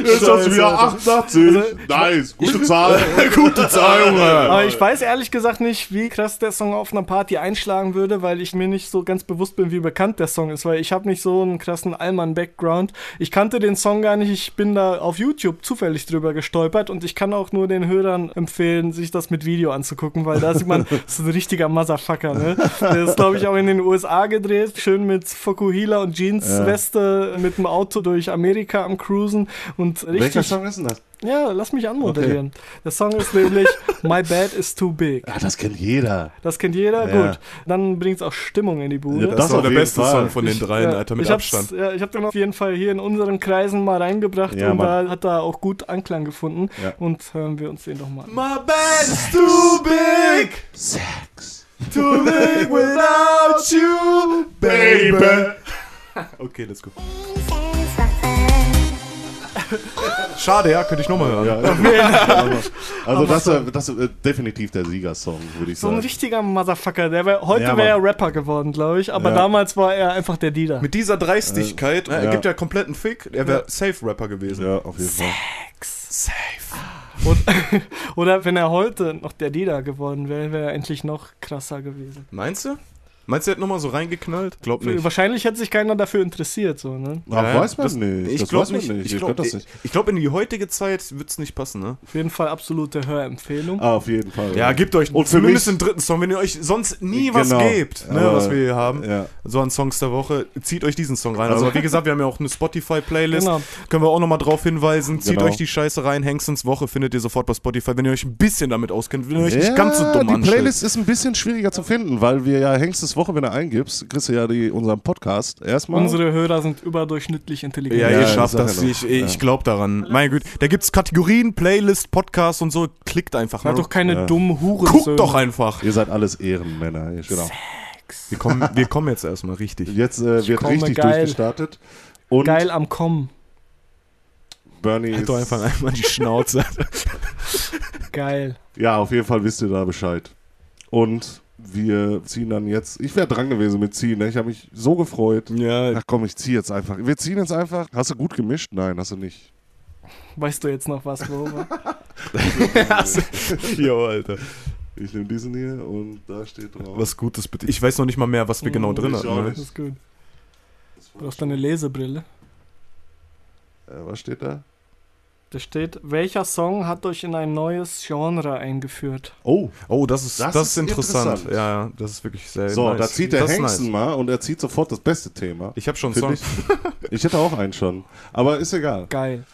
Speaker 3: Ist das
Speaker 4: Scheiße,
Speaker 3: wieder
Speaker 4: Alter.
Speaker 3: 88?
Speaker 4: Also,
Speaker 3: nice, gute Zahl. gute Zahl,
Speaker 4: aber
Speaker 3: Junge.
Speaker 4: ich weiß ehrlich gesagt nicht, wie krass der Song auf einer Party einschlagen würde, weil ich mir nicht so ganz bewusst bin, wie bekannt der Song ist, weil ich habe nicht so einen krassen Allmann-Background. Ich kannte den Song gar nicht. Ich bin da auf YouTube zufällig drüber gestolpert und ich kann auch nur den Hörern empfehlen, sich das mit Video anzugucken, weil da sieht man, das ist ein richtiger Motherfucker. Ne? Der ist, glaube ich, auch in den USA gedreht, schön mit Fokuhila und Jeansweste mit dem Auto durch Amerika am Cruisen und
Speaker 3: Welcher
Speaker 4: richtig
Speaker 3: Song ist denn das?
Speaker 4: Ja, lass mich anmoderieren. Der Song ist nämlich My Bad is Too Big.
Speaker 3: Ah, das kennt jeder.
Speaker 4: Das kennt jeder,
Speaker 3: Ja.
Speaker 4: gut. Dann bringt's auch Stimmung in die Bude.
Speaker 3: Ja,
Speaker 2: Das,
Speaker 3: Das
Speaker 2: war
Speaker 3: auf
Speaker 2: der
Speaker 3: jeden
Speaker 2: beste
Speaker 3: Fall.
Speaker 2: Song von den dreien,
Speaker 4: Ja,
Speaker 2: Alter, mit
Speaker 4: ich hab's-
Speaker 2: Abstand.
Speaker 4: Ja, ich habe den auf jeden Fall hier in unseren Kreisen mal reingebracht
Speaker 3: Ja,
Speaker 4: und
Speaker 3: Mann.
Speaker 4: da hat er auch gut Anklang gefunden.
Speaker 3: Ja.
Speaker 4: Und hören wir uns den doch mal an.
Speaker 2: My bed's too big
Speaker 3: Sex.
Speaker 2: to live without you,
Speaker 3: Baby.
Speaker 2: Okay, let's go.
Speaker 5: Senswaffe.
Speaker 2: Schade, ja, könnte ich nochmal hören.
Speaker 3: Ja, also, also das, äh, das ist äh, definitiv der Siegersong, würde ich
Speaker 4: So ein
Speaker 3: sagen.
Speaker 4: richtiger Motherfucker. Der wär, heute
Speaker 3: Ja,
Speaker 4: wäre er
Speaker 3: Mann.
Speaker 4: Rapper geworden, glaube ich. Aber
Speaker 3: Ja.
Speaker 4: damals war er einfach der Dealer.
Speaker 2: Mit dieser Dreistigkeit, äh, er
Speaker 3: Äh, ja.
Speaker 2: gibt ja kompletten Fick, er wäre Safe-Rapper gewesen.
Speaker 3: Ja, auf jeden Fall.
Speaker 2: Safe.
Speaker 4: Und, oder wenn er heute noch der Dealer geworden wäre, wäre er endlich noch krasser gewesen.
Speaker 2: Meinst du? Meinst du, er hat nochmal so reingeknallt? Glaub nicht.
Speaker 4: Wahrscheinlich hätte sich keiner dafür interessiert, so, ne?
Speaker 3: Na,
Speaker 2: Ja,
Speaker 3: weiß man
Speaker 2: das-
Speaker 3: nicht.
Speaker 2: Ich
Speaker 3: das
Speaker 2: glaube
Speaker 3: weiß man
Speaker 2: nicht.
Speaker 3: nicht.
Speaker 2: Ich
Speaker 3: Ich
Speaker 2: glaube,
Speaker 3: das nicht.
Speaker 2: glaub, in die heutige Zeit wird es nicht passen, ne?
Speaker 4: Auf jeden Fall absolute Hörempfehlung.
Speaker 3: Ah, auf jeden Fall.
Speaker 2: Ja, gebt euch
Speaker 3: Und für
Speaker 2: zumindest
Speaker 3: mich-
Speaker 2: den dritten Song, wenn ihr euch sonst nie was
Speaker 3: Genau.
Speaker 2: gebt, ne,
Speaker 3: Aber-
Speaker 2: was wir hier haben.
Speaker 3: Ja.
Speaker 2: So an Songs der Woche, zieht euch diesen Song rein. Also
Speaker 3: Also-
Speaker 2: wie gesagt, wir haben ja auch eine Spotify-Playlist,
Speaker 4: Genau.
Speaker 2: können wir auch nochmal drauf hinweisen. Zieht
Speaker 3: Genau.
Speaker 2: euch die Scheiße rein, Hengstens Woche findet ihr sofort bei Spotify, wenn ihr euch ein bisschen damit auskennt, wenn ihr euch
Speaker 3: Ja,
Speaker 2: nicht ganz so dumm
Speaker 3: die
Speaker 2: anstellt.
Speaker 3: Playlist ist ein bisschen schwieriger zu finden, weil wir ja Hengstes Woche, wenn du eingibst, kriegst du ja die, unseren Podcast erstmal.
Speaker 4: Unsere Hörer sind überdurchschnittlich intelligent.
Speaker 2: Ja,
Speaker 3: Ja,
Speaker 2: ihr
Speaker 3: ich
Speaker 2: schafft
Speaker 3: sag
Speaker 2: das.
Speaker 3: ja
Speaker 2: Ich, ich glaube daran. Meine Güte, da gibt's Kategorien, Playlist, Podcast und so. Klickt einfach
Speaker 4: Seid
Speaker 2: mal.
Speaker 4: doch keine
Speaker 3: Ja.
Speaker 4: dummen Huren.
Speaker 2: Guckt doch einfach.
Speaker 3: Ihr seid alles Ehrenmänner. ja, Genau.
Speaker 2: Wir kommen, wir kommen jetzt erstmal richtig.
Speaker 3: Jetzt äh, wird
Speaker 4: komme
Speaker 3: richtig
Speaker 4: geil.
Speaker 3: durchgestartet. Und
Speaker 4: Geil am Kommen.
Speaker 3: Bernie
Speaker 2: Halt
Speaker 3: ist,
Speaker 2: doch einfach einmal die Schnauze.
Speaker 4: Geil.
Speaker 3: Ja, auf jeden Fall wisst ihr da Bescheid. Und wir ziehen dann jetzt. Ich wäre dran gewesen mit ziehen. Ne? Ich habe mich so gefreut.
Speaker 2: ja,
Speaker 3: Ach komm, ich ziehe jetzt einfach. Wir ziehen jetzt einfach. Hast du gut gemischt? Nein, hast du nicht.
Speaker 4: Weißt du jetzt noch was, worüber?
Speaker 2: jo, Alter.
Speaker 3: Ich nehme diesen hier und da steht drauf.
Speaker 2: Was Gutes bitte. Ich weiß noch nicht mal mehr, was wir genau
Speaker 4: Mhm,
Speaker 2: drin
Speaker 3: ich auch
Speaker 2: hatten.
Speaker 4: das
Speaker 2: Ne?
Speaker 3: nicht.
Speaker 4: ist gut. Du brauchst eine Lesebrille.
Speaker 3: Äh, was steht da?
Speaker 4: Da steht, welcher Song hat euch in ein neues Genre eingeführt?
Speaker 3: Oh,
Speaker 2: Oh, das ist, das
Speaker 3: Das
Speaker 2: ist
Speaker 3: ist
Speaker 2: interessant.
Speaker 3: interessant.
Speaker 2: Ja, ja, das ist wirklich sehr
Speaker 3: so,
Speaker 2: Äh, nice.
Speaker 3: da zieht der
Speaker 2: Das ist
Speaker 3: Hengsten
Speaker 2: nice.
Speaker 3: mal und er zieht sofort das beste Thema.
Speaker 2: Ich habe schon
Speaker 3: Find
Speaker 2: Song.
Speaker 3: ich. ich hätte auch einen schon. Aber ist egal.
Speaker 4: Geil.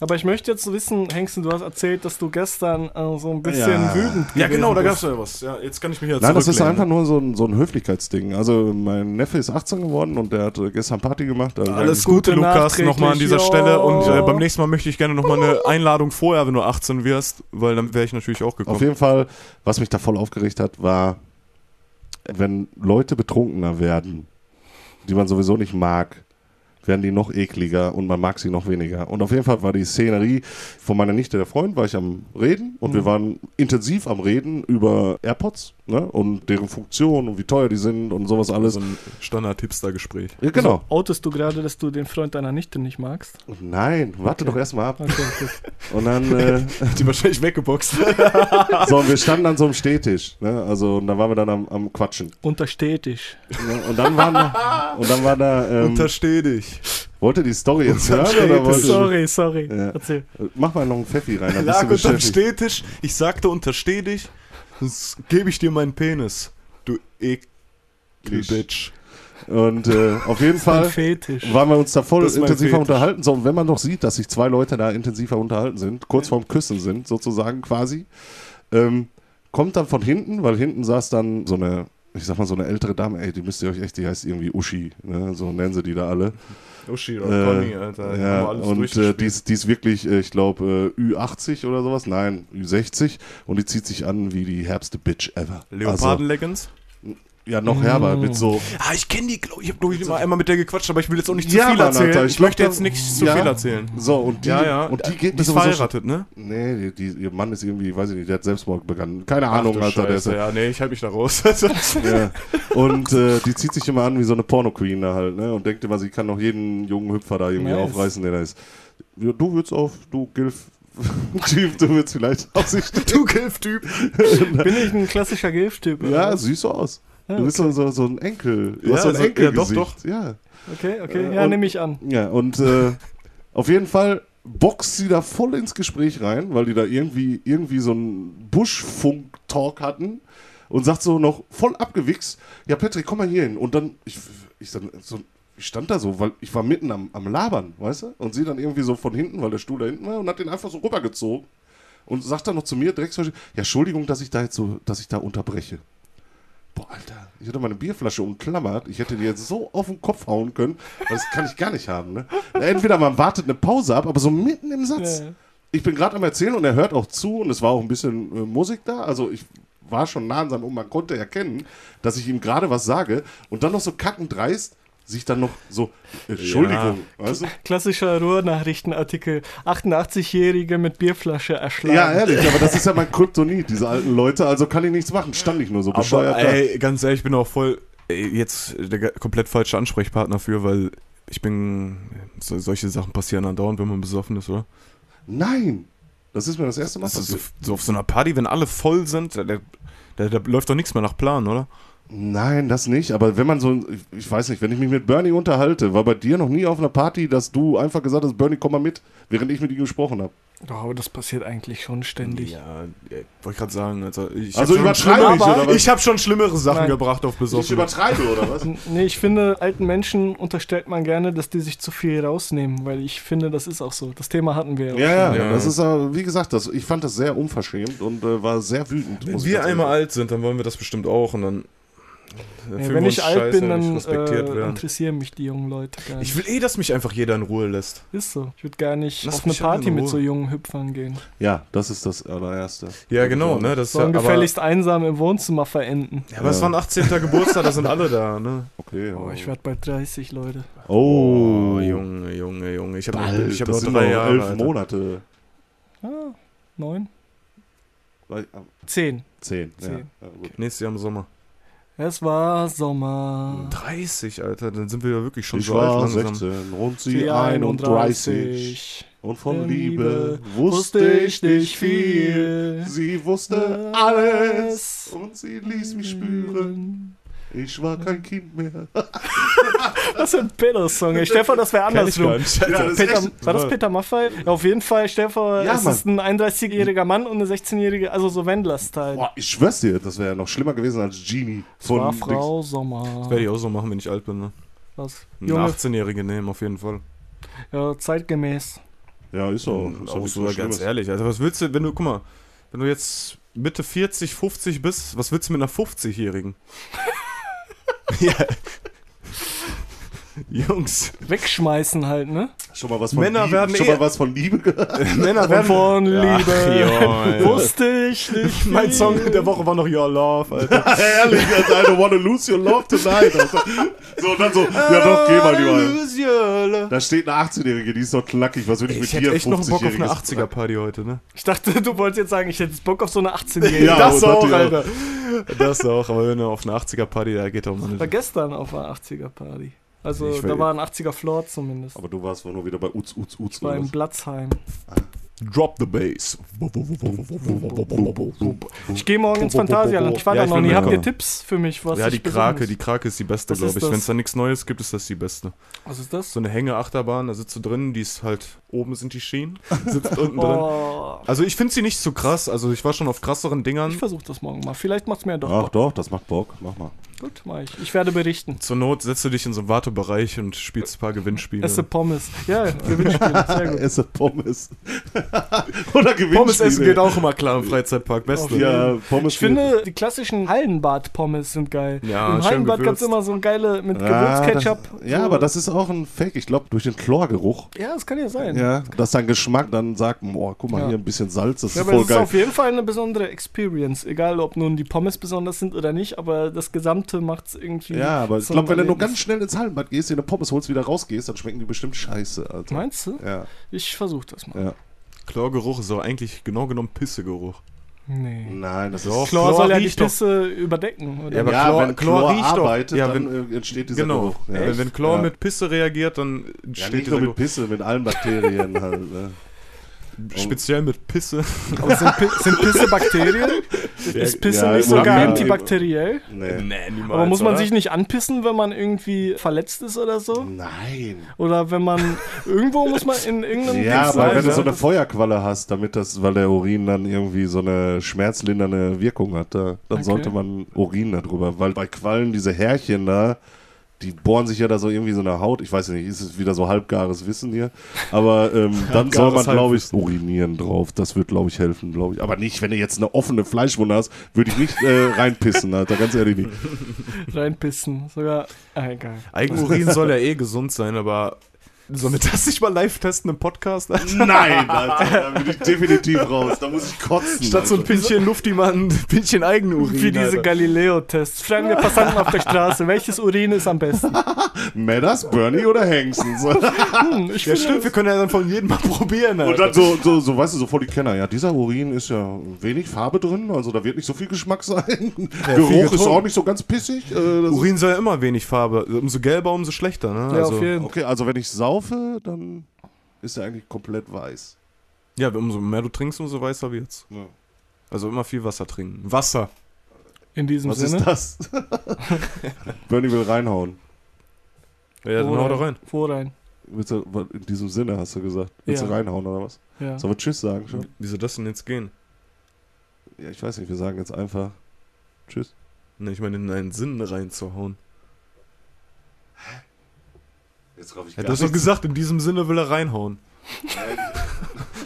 Speaker 4: Aber ich möchte jetzt wissen, Hengsten, du hast erzählt, dass du gestern äh, so ein bisschen
Speaker 3: Ja.
Speaker 4: wütend
Speaker 2: Ja,
Speaker 4: gewesen
Speaker 2: genau, da
Speaker 4: bist.
Speaker 2: gab's ja was. Ja, jetzt kann ich mich ja
Speaker 3: Nein, das ist
Speaker 2: zurücklehnen.
Speaker 3: einfach nur so ein, so ein Höflichkeitsding. Also mein Neffe ist 18 geworden und der hatte gestern Party gemacht. Also
Speaker 2: Alles
Speaker 4: Gute
Speaker 2: Gute, Lukas,
Speaker 4: nachträglich,
Speaker 2: nochmal an dieser
Speaker 4: jo.
Speaker 2: Stelle. Und äh, beim nächsten Mal möchte ich gerne nochmal eine Einladung vorher, wenn du 18 wirst, weil dann wäre ich natürlich auch
Speaker 3: Auf
Speaker 2: gekommen.
Speaker 3: jeden Fall, was mich da voll aufgeregt hat, war, wenn Leute betrunkener werden, die man sowieso nicht mag, werden die noch ekliger und man mag sie noch weniger. Und auf jeden Fall war die Szenerie von meiner Nichte, der Freund, war ich am Reden und wir waren intensiv am Reden über AirPods ne? und deren Funktion und wie teuer die sind und sowas alles.
Speaker 2: So ein Standard-Hipster-Gespräch.
Speaker 3: Ja, genau.
Speaker 4: Outest du gerade, dass du den Freund deiner Nichte nicht magst?
Speaker 3: Nein, warte doch erstmal ab.
Speaker 4: Okay, gut.
Speaker 3: Und dann. Äh,
Speaker 2: Die wahrscheinlich weggeboxt.
Speaker 3: So, und wir standen an so einem Stehtisch. Ne? Also, und da waren wir dann am, am Quatschen.
Speaker 4: Untersteh dich.
Speaker 3: Ne? Und dann waren da, und dann war da, ähm,
Speaker 2: Untersteh dich.
Speaker 3: wollt ihr die Story jetzt hören? Oder wollt ihr,
Speaker 4: Sorry, sorry.
Speaker 3: Ja.
Speaker 4: Erzähl.
Speaker 3: mach mal noch einen Pfeffi rein, dann bist
Speaker 2: Lag
Speaker 3: du
Speaker 2: unterm
Speaker 3: beschäftigt.
Speaker 2: Stehtisch. Ich sagte, untersteh dich, sonst gebe ich dir meinen Penis. Du ekel-Bitch.
Speaker 3: Und äh, auf jeden
Speaker 4: Ein
Speaker 3: Fall
Speaker 4: Fetisch.
Speaker 3: waren wir uns da voll
Speaker 2: Das ist mein
Speaker 3: intensiver
Speaker 2: Fetisch.
Speaker 3: unterhalten. So, und wenn man doch sieht, dass sich zwei Leute da intensiver unterhalten sind, kurz vorm Küssen sind, sozusagen quasi, ähm, kommt dann von hinten, weil hinten saß dann so eine, ich sag mal, so eine ältere Dame, ey, die müsst ihr euch echt, die heißt irgendwie Uschi, ne? so nennen sie die da alle.
Speaker 2: Uschi
Speaker 3: Äh,
Speaker 2: oder Conny, Alter. die
Speaker 3: Ja,
Speaker 2: haben alles
Speaker 3: und äh,
Speaker 2: durchgespielt.
Speaker 3: die, ist, die ist wirklich, äh, ich glaube, äh, Ü80 oder sowas. Nein, Ü60. Und die zieht sich an wie die herbste Bitch ever. Also,
Speaker 2: Leoparden-Leggings?
Speaker 3: ja,
Speaker 2: Mhm.
Speaker 3: noch herber. Mit so.
Speaker 2: Ah, ich kenne die, glaube ich. habe nur mal einmal mit der gequatscht, Also aber ich will jetzt auch nicht
Speaker 3: Ja,
Speaker 2: zu viel
Speaker 3: Mann,
Speaker 2: erzählen.
Speaker 3: Alter, ich
Speaker 2: ich möchte
Speaker 3: glaub,
Speaker 2: jetzt
Speaker 3: da-
Speaker 2: nichts zu
Speaker 3: Ja.
Speaker 2: viel erzählen.
Speaker 3: So, und die,
Speaker 2: ja, ja. Äh,
Speaker 3: Und die geht
Speaker 2: die
Speaker 3: mir
Speaker 2: ist
Speaker 3: sowieso schon-
Speaker 2: verheiratet, ne?
Speaker 3: Nee, die, die, ihr Mann ist irgendwie, weiß ich nicht, der hat Selbstmord begangen. Keine Ahnung,
Speaker 2: Ach du
Speaker 3: Alter. Der ist,
Speaker 2: Scheiße, ja, nee, ich halte mich da raus.
Speaker 3: ja. Und äh, die zieht sich immer an wie so eine Porno-Queen da halt, ne? Und denkt immer, sie kann noch jeden jungen Hüpfer da irgendwie
Speaker 4: Nice.
Speaker 3: aufreißen, der da ist. Ja, Du würdest auf, du Gilf. Typ, du würdest vielleicht auf sich. Du Gilf-Typ.
Speaker 4: Bin ich ein klassischer Gilf-Typ? oder
Speaker 3: Ja,
Speaker 2: also,
Speaker 4: was?
Speaker 3: siehst du aus.
Speaker 4: Ja,
Speaker 3: Du bist so, so, so ein Enkel. Du
Speaker 2: Ja,
Speaker 3: hast so ein
Speaker 2: so- ja,
Speaker 3: Enkel.
Speaker 2: doch, doch.
Speaker 3: Ja,
Speaker 4: Okay, okay.
Speaker 3: Äh,
Speaker 4: Ja,
Speaker 3: und-
Speaker 4: nehme ich an.
Speaker 3: ja und äh, auf jeden Fall boxt sie da voll ins Gespräch rein, weil die da irgendwie, irgendwie so einen Buschfunk-Talk hatten und sagt so noch voll abgewichst: Ja, Patrick, komm mal hier hin. Und dann, ich, ich, dann, so, ich stand da so, weil ich war mitten am, am Labern, weißt du? Und sie dann irgendwie so von hinten, weil der Stuhl da hinten war, und hat den einfach so rübergezogen. Und sagt dann noch zu mir direkt, so, ja, Entschuldigung, dass ich da jetzt so, dass ich da unterbreche. Boah, Alter, ich hätte meine Bierflasche umklammert. Ich hätte die jetzt so auf den Kopf hauen können. Das kann ich gar nicht haben, ne? Entweder man wartet eine Pause ab, aber so mitten im Satz.
Speaker 4: Ja, ja.
Speaker 3: Ich bin gerade am Erzählen und er hört auch zu und es war auch ein bisschen äh, Musik da. Also ich war schon nah an seinem Ohr. Man konnte erkennen, dass ich ihm gerade was sage und dann noch so kackend dreist, sich dann noch so, äh, Entschuldigung, weißt du?
Speaker 4: Klassischer Ruhrnachrichtenartikel. 88-Jährige mit Bierflasche erschlagen.
Speaker 3: Ja, ehrlich, aber das ist ja mein Kryptonit, diese alten Leute. Also kann ich nichts machen. Stand ich nur so bescheuert
Speaker 2: aber,
Speaker 3: da.
Speaker 2: ey, ganz ehrlich, ich bin auch voll ey, jetzt der ge- komplett falsche Ansprechpartner für, weil ich bin. So, solche Sachen passieren andauernd, wenn man besoffen ist, oder?
Speaker 3: Nein, das ist mir das erste Mal
Speaker 2: Das ist so,
Speaker 3: passiert.
Speaker 2: so auf so einer Party, wenn alle voll sind, da, da, da, da läuft doch nichts mehr nach Plan, oder?
Speaker 3: Nein, das nicht. Aber wenn man so, ich, ich weiß nicht, wenn ich mich mit Bernie unterhalte, war bei dir noch nie auf einer Party, dass du einfach gesagt hast, Bernie, komm mal mit, während ich mit ihm gesprochen habe.
Speaker 4: Oh, aber das passiert eigentlich schon ständig.
Speaker 2: Ja, äh, wollte ich gerade sagen, also ich
Speaker 3: Also
Speaker 2: hab schon
Speaker 3: übertreibe
Speaker 4: ich,
Speaker 2: schlimme-
Speaker 3: oder was?
Speaker 2: Ich habe schon schlimmere Sachen
Speaker 4: Nein.
Speaker 2: gebracht auf besoffen.
Speaker 3: übertreibe, oder was?
Speaker 4: N- Nee, ich finde, alten Menschen unterstellt man gerne, dass die sich zu viel rausnehmen, weil ich finde, das ist auch so. Das Thema hatten wir auch.
Speaker 3: Ja, ja,
Speaker 2: Ja.
Speaker 3: das ist, äh, wie gesagt, das, ich fand das sehr unverschämt und äh, war sehr wütend.
Speaker 2: Wenn
Speaker 3: muss ich
Speaker 2: wir
Speaker 3: ganz ehrlich
Speaker 2: einmal alt sind, dann wollen wir das bestimmt auch und dann. dann
Speaker 4: Nee,
Speaker 2: fühlen
Speaker 4: wenn
Speaker 2: wir
Speaker 4: ich
Speaker 2: uns
Speaker 4: alt
Speaker 2: scheiße,
Speaker 4: bin,
Speaker 2: wenn wir
Speaker 4: dann
Speaker 2: nicht respektiert
Speaker 4: äh,
Speaker 2: werden.
Speaker 4: interessieren mich die jungen Leute gar nicht.
Speaker 2: Ich will eh, dass mich einfach jeder in Ruhe lässt.
Speaker 4: ist so. Ich würde gar nicht
Speaker 2: Lass
Speaker 4: auf eine
Speaker 2: mich alle in
Speaker 4: Party mit
Speaker 2: Ruhe.
Speaker 4: so jungen Hüpfern gehen.
Speaker 3: sagen. Ja, das ist das allererste.
Speaker 2: Ja, genau, ne? Das ist ja,
Speaker 4: Sollen
Speaker 2: aber,
Speaker 4: gefälligst einsam im Wohnzimmer verenden.
Speaker 2: Ja, aber es war ein 18. Geburtstag, da sind alle da, ne?
Speaker 3: Okay.
Speaker 4: Oh,
Speaker 3: Oh,
Speaker 4: ich werde bald 30, Leute.
Speaker 3: oh,
Speaker 2: Junge, Junge, Junge. Ich habe noch,
Speaker 3: Bald,
Speaker 2: ich hab
Speaker 3: das
Speaker 2: noch
Speaker 3: sind
Speaker 2: drei
Speaker 3: noch
Speaker 2: Jahre.
Speaker 3: elf
Speaker 2: Alter.
Speaker 3: Monate.
Speaker 4: Ah, neun?
Speaker 3: Weil-
Speaker 4: Zehn.
Speaker 3: Zehn. Ja.
Speaker 4: Zehn.
Speaker 3: Ja, gut.
Speaker 2: Nächstes Jahr im Sommer.
Speaker 4: Es war Sommer.
Speaker 2: 30, Alter, dann sind wir ja wirklich schon
Speaker 3: Ich
Speaker 2: so alt
Speaker 3: war
Speaker 2: langsam.
Speaker 3: 16 und sie 31. Und von
Speaker 4: Der
Speaker 3: Liebe,
Speaker 4: Liebe
Speaker 3: wusste ich nicht viel. Sie wusste alles
Speaker 4: Alles.
Speaker 3: und sie ließ mich spüren. Ich war kein Kind mehr.
Speaker 4: Was für ein Pedo-Song. ey. Stell dir vor, das wäre
Speaker 2: Kenn ich gar
Speaker 4: andersrum.
Speaker 2: nicht, Alter.
Speaker 3: Ja, das ist
Speaker 4: Peter,
Speaker 3: echt-
Speaker 4: war das Peter Maffei? Ja, auf jeden Fall, stell dir vor,
Speaker 3: Ja,
Speaker 4: es
Speaker 3: Mann.
Speaker 4: ist ein 31-jähriger Mann und eine 16-jährige, also so Wendler-Style.
Speaker 3: Boah, ich schwör's dir, das wäre ja noch schlimmer gewesen als Genie von
Speaker 4: War
Speaker 3: Dings.
Speaker 4: Frau Sommer.
Speaker 2: Werde ich auch so machen, wenn ich alt bin, ne?
Speaker 4: Was?
Speaker 2: Eine
Speaker 4: Junge,
Speaker 2: 18-Jährige nehmen, auf jeden Fall.
Speaker 4: ja, zeitgemäß.
Speaker 3: Ja, ist so. Ist
Speaker 2: auch
Speaker 3: auch
Speaker 2: so ganz ehrlich. Also, was willst du, wenn du, guck mal, wenn du jetzt Mitte 40, 50 bist, was willst du mit einer 50-Jährigen? ja. Jungs,
Speaker 4: Wegschmeißen halt, ne?
Speaker 3: Schon mal was von
Speaker 2: Männer
Speaker 3: Liebe,
Speaker 2: werden
Speaker 3: schon
Speaker 2: eh-
Speaker 3: mal was von Liebe gehört?
Speaker 2: Männer
Speaker 4: Und
Speaker 2: werden...
Speaker 4: von
Speaker 2: Ach,
Speaker 4: Liebe.
Speaker 2: jo, ey.
Speaker 4: Wusste ich nicht.
Speaker 2: mein Song der Woche war noch Your Love, Alter.
Speaker 3: Ehrlich, also I don't wanna lose your love tonight. Alter. So, und dann so, ja doch, geh mal lieber.
Speaker 2: Lose your love.
Speaker 3: Da steht eine 18-Jährige, die ist doch klackig. Was würde ich,
Speaker 2: Ich
Speaker 3: mit dir
Speaker 2: hätte echt noch Bock auf eine
Speaker 3: 50-Jähriges-
Speaker 2: 80er-Party heute, ne?
Speaker 4: Ich dachte, du wolltest jetzt sagen, ich hätte jetzt Bock auf so eine 18-Jährige.
Speaker 3: Ja,
Speaker 2: das
Speaker 3: und
Speaker 2: auch,
Speaker 3: hat die
Speaker 2: Alter. Das auch, aber wenn du auf eine 80er-Party, da geht auch mal
Speaker 4: war
Speaker 2: eine...
Speaker 4: gestern auf einer 80er-Party. Also
Speaker 2: Ich
Speaker 4: da
Speaker 2: will-
Speaker 4: war ein 80er-Floor zumindest.
Speaker 3: Aber du warst wohl nur wieder bei Uts, Uts, Uts.
Speaker 4: Bei
Speaker 3: oder
Speaker 4: einem
Speaker 3: was?
Speaker 4: Blatzheim.
Speaker 2: Drop the bass.
Speaker 4: Ich gehe morgen ins Phantasialand. Ich war
Speaker 2: Ja,
Speaker 4: da
Speaker 2: ich
Speaker 4: noch
Speaker 2: bin
Speaker 4: nie. Habt ihr
Speaker 2: willkommen.
Speaker 4: Tipps für mich, was
Speaker 2: Ja,
Speaker 4: ich
Speaker 2: die
Speaker 4: besuchen
Speaker 2: Krake,
Speaker 4: muss?
Speaker 2: die Krake ist die beste,
Speaker 4: Was
Speaker 2: glaube
Speaker 4: ist
Speaker 2: ich.
Speaker 4: das?
Speaker 2: Wenn es da nichts Neues gibt, ist das die beste.
Speaker 4: Was ist das?
Speaker 2: So eine Hängeachterbahn, da sitzt du drin, die ist halt, oben sind die Schienen, sitzt unten drin.
Speaker 4: Oh,
Speaker 2: Also ich finde sie nicht so krass, also ich war schon auf krasseren
Speaker 4: ich
Speaker 2: Dingern.
Speaker 4: versuche das morgen mal. Vielleicht macht's mir ja doch
Speaker 3: Ach
Speaker 4: Bock.
Speaker 3: doch, das macht Bock. Mach mal.
Speaker 4: Gut, mach ich. Ich werde berichten.
Speaker 2: Zur Not setzt du dich in so einen Wartebereich und spielst ein paar Gewinnspiele.
Speaker 4: Esse Pommes. Ja, Gewinnspiel. Sehr gut.
Speaker 3: Esse Pommes. Oder Gewinnspiele.
Speaker 2: Pommes essen geht auch immer klar im Freizeitpark, beste.
Speaker 3: Ja, Pommes
Speaker 4: Ich finde, die klassischen Hallenbad-Pommes sind geil.
Speaker 2: Ja,
Speaker 4: Im
Speaker 2: schön
Speaker 4: Hallenbad gab es
Speaker 2: gewürzt.
Speaker 4: immer so geile mit
Speaker 3: Ah,
Speaker 4: Gewürzketchup.
Speaker 3: Das, ja,
Speaker 4: so.
Speaker 3: aber das ist auch ein Fake. Ich glaube, durch den Chlorgeruch.
Speaker 4: Ja, das kann ja sein. Ja,
Speaker 3: Ja, dass dein Geschmack dann sagt, boah, guck mal
Speaker 4: Ja.
Speaker 3: hier ein bisschen Salz, das ist
Speaker 4: aber
Speaker 3: voll
Speaker 4: das ist
Speaker 3: geil.
Speaker 4: auf jeden Fall eine besondere Experience. Egal, ob nun die Pommes besonders sind oder nicht, aber das Gesamte macht es irgendwie.
Speaker 3: Ja, aber ich
Speaker 4: so
Speaker 3: glaube, wenn du nur
Speaker 4: ein
Speaker 3: ganz schnell ins Hallenbad gehst, dir eine Pommes holst, wieder rausgehst, dann schmecken die bestimmt scheiße, Alter.
Speaker 4: Meinst du?
Speaker 3: Ja,
Speaker 4: Ich versuche das mal.
Speaker 3: ja.
Speaker 2: Chlorgeruch ist aber eigentlich genau genommen Pissegeruch.
Speaker 4: Nee.
Speaker 3: Nein, das
Speaker 2: Doch.
Speaker 3: ist...
Speaker 4: Chlor,
Speaker 2: Chlor
Speaker 4: soll ja die
Speaker 2: riecht doch.
Speaker 4: Pisse überdecken. Oder?
Speaker 2: Ja, aber
Speaker 3: Hm. ja,
Speaker 2: Chlor-
Speaker 3: wenn
Speaker 2: Chlor
Speaker 3: Chlor,
Speaker 2: riecht doch.
Speaker 3: arbeitet,
Speaker 2: Ja,
Speaker 3: dann äh, entsteht dieser
Speaker 2: Genau.
Speaker 3: Geruch.
Speaker 2: Wenn, wenn Chlor
Speaker 3: ja.
Speaker 2: mit Pisse reagiert, dann
Speaker 3: Ja,
Speaker 2: entsteht
Speaker 3: nicht
Speaker 2: dieser
Speaker 3: nur mit
Speaker 2: Geruch.
Speaker 3: Pisse, mit allen Bakterien halt. Ne?
Speaker 2: Speziell mit Pisse.
Speaker 4: Aber sind, Pi- sind Pisse Bakterien? Ist Pisse
Speaker 3: Ja,
Speaker 4: nicht
Speaker 3: eben,
Speaker 4: sogar
Speaker 3: ja,
Speaker 4: antibakteriell?
Speaker 3: Nee.
Speaker 2: niemals.
Speaker 4: Aber muss man
Speaker 2: oder?
Speaker 4: sich nicht anpissen, wenn man irgendwie verletzt ist oder so?
Speaker 3: Nein.
Speaker 4: Oder wenn man irgendwo muss man in irgendeinem
Speaker 3: Ja,
Speaker 4: Dings
Speaker 3: aber
Speaker 4: sein,
Speaker 3: wenn du
Speaker 4: ne?
Speaker 3: so eine Feuerqualle hast, damit das, weil der Urin dann irgendwie so eine schmerzlindernde Wirkung hat, da, dann
Speaker 4: Okay.
Speaker 3: sollte man Urin darüber, weil bei Quallen diese Härchen da, die bohren sich ja da so irgendwie so eine Haut, ich weiß nicht, ist es wieder so halbgares Wissen hier, aber ähm, dann soll man,
Speaker 2: Halbgares
Speaker 3: glaube ich, urinieren drauf, das wird, glaube ich, helfen, glaube ich, aber nicht, wenn du jetzt eine offene Fleischwunde hast, würde ich nicht äh, reinpissen, Alter, ganz ehrlich nicht.
Speaker 4: reinpissen, sogar ah, egal.
Speaker 2: Eigenurin soll ja eh gesund sein, aber sollen wir das nicht mal live testen im Podcast? Alter?
Speaker 3: Nein, Alter, da bin ich definitiv raus, da muss ich kotzen.
Speaker 2: Statt so ein
Speaker 3: Alter.
Speaker 2: Pinchen Luft, die man ein Pinchen Eigenurin.
Speaker 4: Wie diese
Speaker 2: Alter.
Speaker 4: Galileo-Tests. Fragen wir Passanten auf der Straße, welches Urin ist am besten?
Speaker 3: Madders, Bernie oder Hengsten? So.
Speaker 4: Hm, ich
Speaker 2: Ja,
Speaker 4: finde,
Speaker 2: stimmt, wir können ja dann von jedem mal probieren. Alter.
Speaker 3: Und dann so, so, so, weißt du, so voll die Kenner. Ja, dieser Urin ist ja wenig Farbe drin, also da wird nicht so viel Geschmack sein. Geruch ist
Speaker 2: getrunken.
Speaker 3: auch nicht so ganz pissig. Äh, das
Speaker 2: Urin soll ja immer wenig Farbe. Umso gelber, umso schlechter, ne?
Speaker 4: ja,
Speaker 2: also,
Speaker 4: auf jeden Fall.
Speaker 3: okay, also wenn ich saufe, dann ist er eigentlich komplett weiß.
Speaker 2: ja, umso mehr du trinkst, umso weißer wird's.
Speaker 3: Ja.
Speaker 2: Also immer viel Wasser trinken. Wasser.
Speaker 4: In diesem
Speaker 3: Was
Speaker 4: Sinne.
Speaker 3: ist das? Bernie will reinhauen.
Speaker 2: Ja, dann hau da rein.
Speaker 4: Wo rein?
Speaker 3: Willst du, in diesem Sinne hast du gesagt. Willst du
Speaker 4: Ja.
Speaker 3: reinhauen oder was?
Speaker 4: Ja.
Speaker 3: Sollen wir Tschüss sagen schon?
Speaker 2: Wieso das denn jetzt gehen?
Speaker 3: Ja, ich weiß nicht, wir sagen jetzt einfach Tschüss.
Speaker 2: Ne, ich meine, in einen Sinn reinzuhauen.
Speaker 3: Jetzt rauf ich
Speaker 2: Ja, du hast doch gesagt, in diesem Sinne will er reinhauen.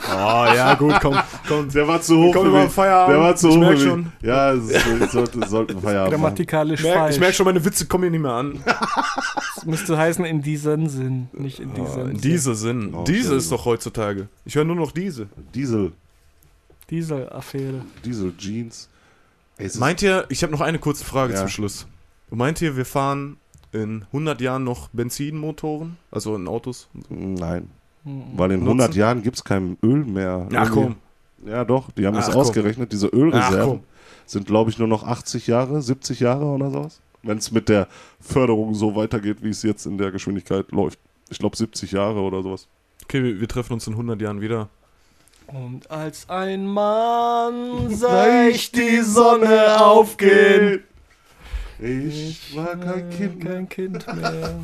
Speaker 2: oh, ja, gut, komm, komm.
Speaker 3: Der war zu hoch.
Speaker 2: Komm,
Speaker 3: für
Speaker 2: wir machen
Speaker 3: mich.
Speaker 2: Feierabend.
Speaker 3: Der war zu
Speaker 2: Ich
Speaker 3: hoch.
Speaker 2: merk
Speaker 3: für mich.
Speaker 2: schon.
Speaker 3: Ja, es ist- sollte, sollten wir Feierabend machen.
Speaker 4: Grammatikalisch
Speaker 2: also, Ich merke
Speaker 4: falsch.
Speaker 2: ich merk schon, meine Witze kommen hier nicht mehr an.
Speaker 4: Das müsste heißen in diesem Sinn, nicht in diesem
Speaker 2: In
Speaker 4: Sinn.
Speaker 2: diese Sinn.
Speaker 3: Oh,
Speaker 2: diese
Speaker 3: schön.
Speaker 2: ist doch heutzutage. Ich höre nur noch diese.
Speaker 3: Diesel.
Speaker 4: Diese Affäre.
Speaker 3: Diesel Jeans. Ey, es ist-
Speaker 2: Meint ihr, ich habe noch eine kurze Frage
Speaker 3: Ja.
Speaker 2: zum Schluss. Meint ihr, wir fahren in 100 Jahren noch Benzinmotoren? Also in Autos?
Speaker 3: Nein,
Speaker 4: Hm.
Speaker 3: weil in
Speaker 2: Nutzen?
Speaker 3: 100 Jahren gibt es kein Öl mehr.
Speaker 2: Ach
Speaker 3: Irgendwie-
Speaker 2: komm.
Speaker 3: Ja, doch, die haben
Speaker 2: Ach,
Speaker 3: das
Speaker 2: komm.
Speaker 3: ausgerechnet. Diese
Speaker 2: Ach
Speaker 3: Ölreserven
Speaker 2: komm.
Speaker 3: sind, glaube ich, nur noch 80 Jahre, 70 Jahre oder sowas. Wenn es mit der Förderung so weitergeht, wie es jetzt in der Geschwindigkeit läuft. Ich glaube, 70 Jahre oder sowas.
Speaker 2: Okay, wir, wir treffen uns in 100 Jahren wieder.
Speaker 4: Und als ein Mann sah ich die Sonne aufgehen.
Speaker 3: Ich war kein Kind. mehr.
Speaker 4: Kein Kind mehr.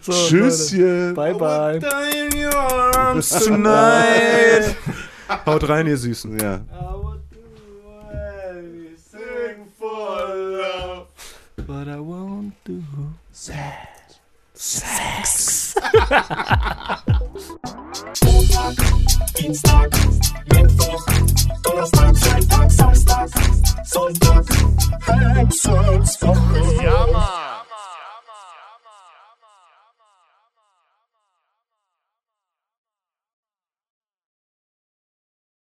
Speaker 4: So,
Speaker 3: Tschüsschen.
Speaker 4: Leute, bye bye.
Speaker 2: In your arms tonight. Haut rein, ihr Süßen.
Speaker 3: Ja.
Speaker 4: But I won't do.
Speaker 3: Sex.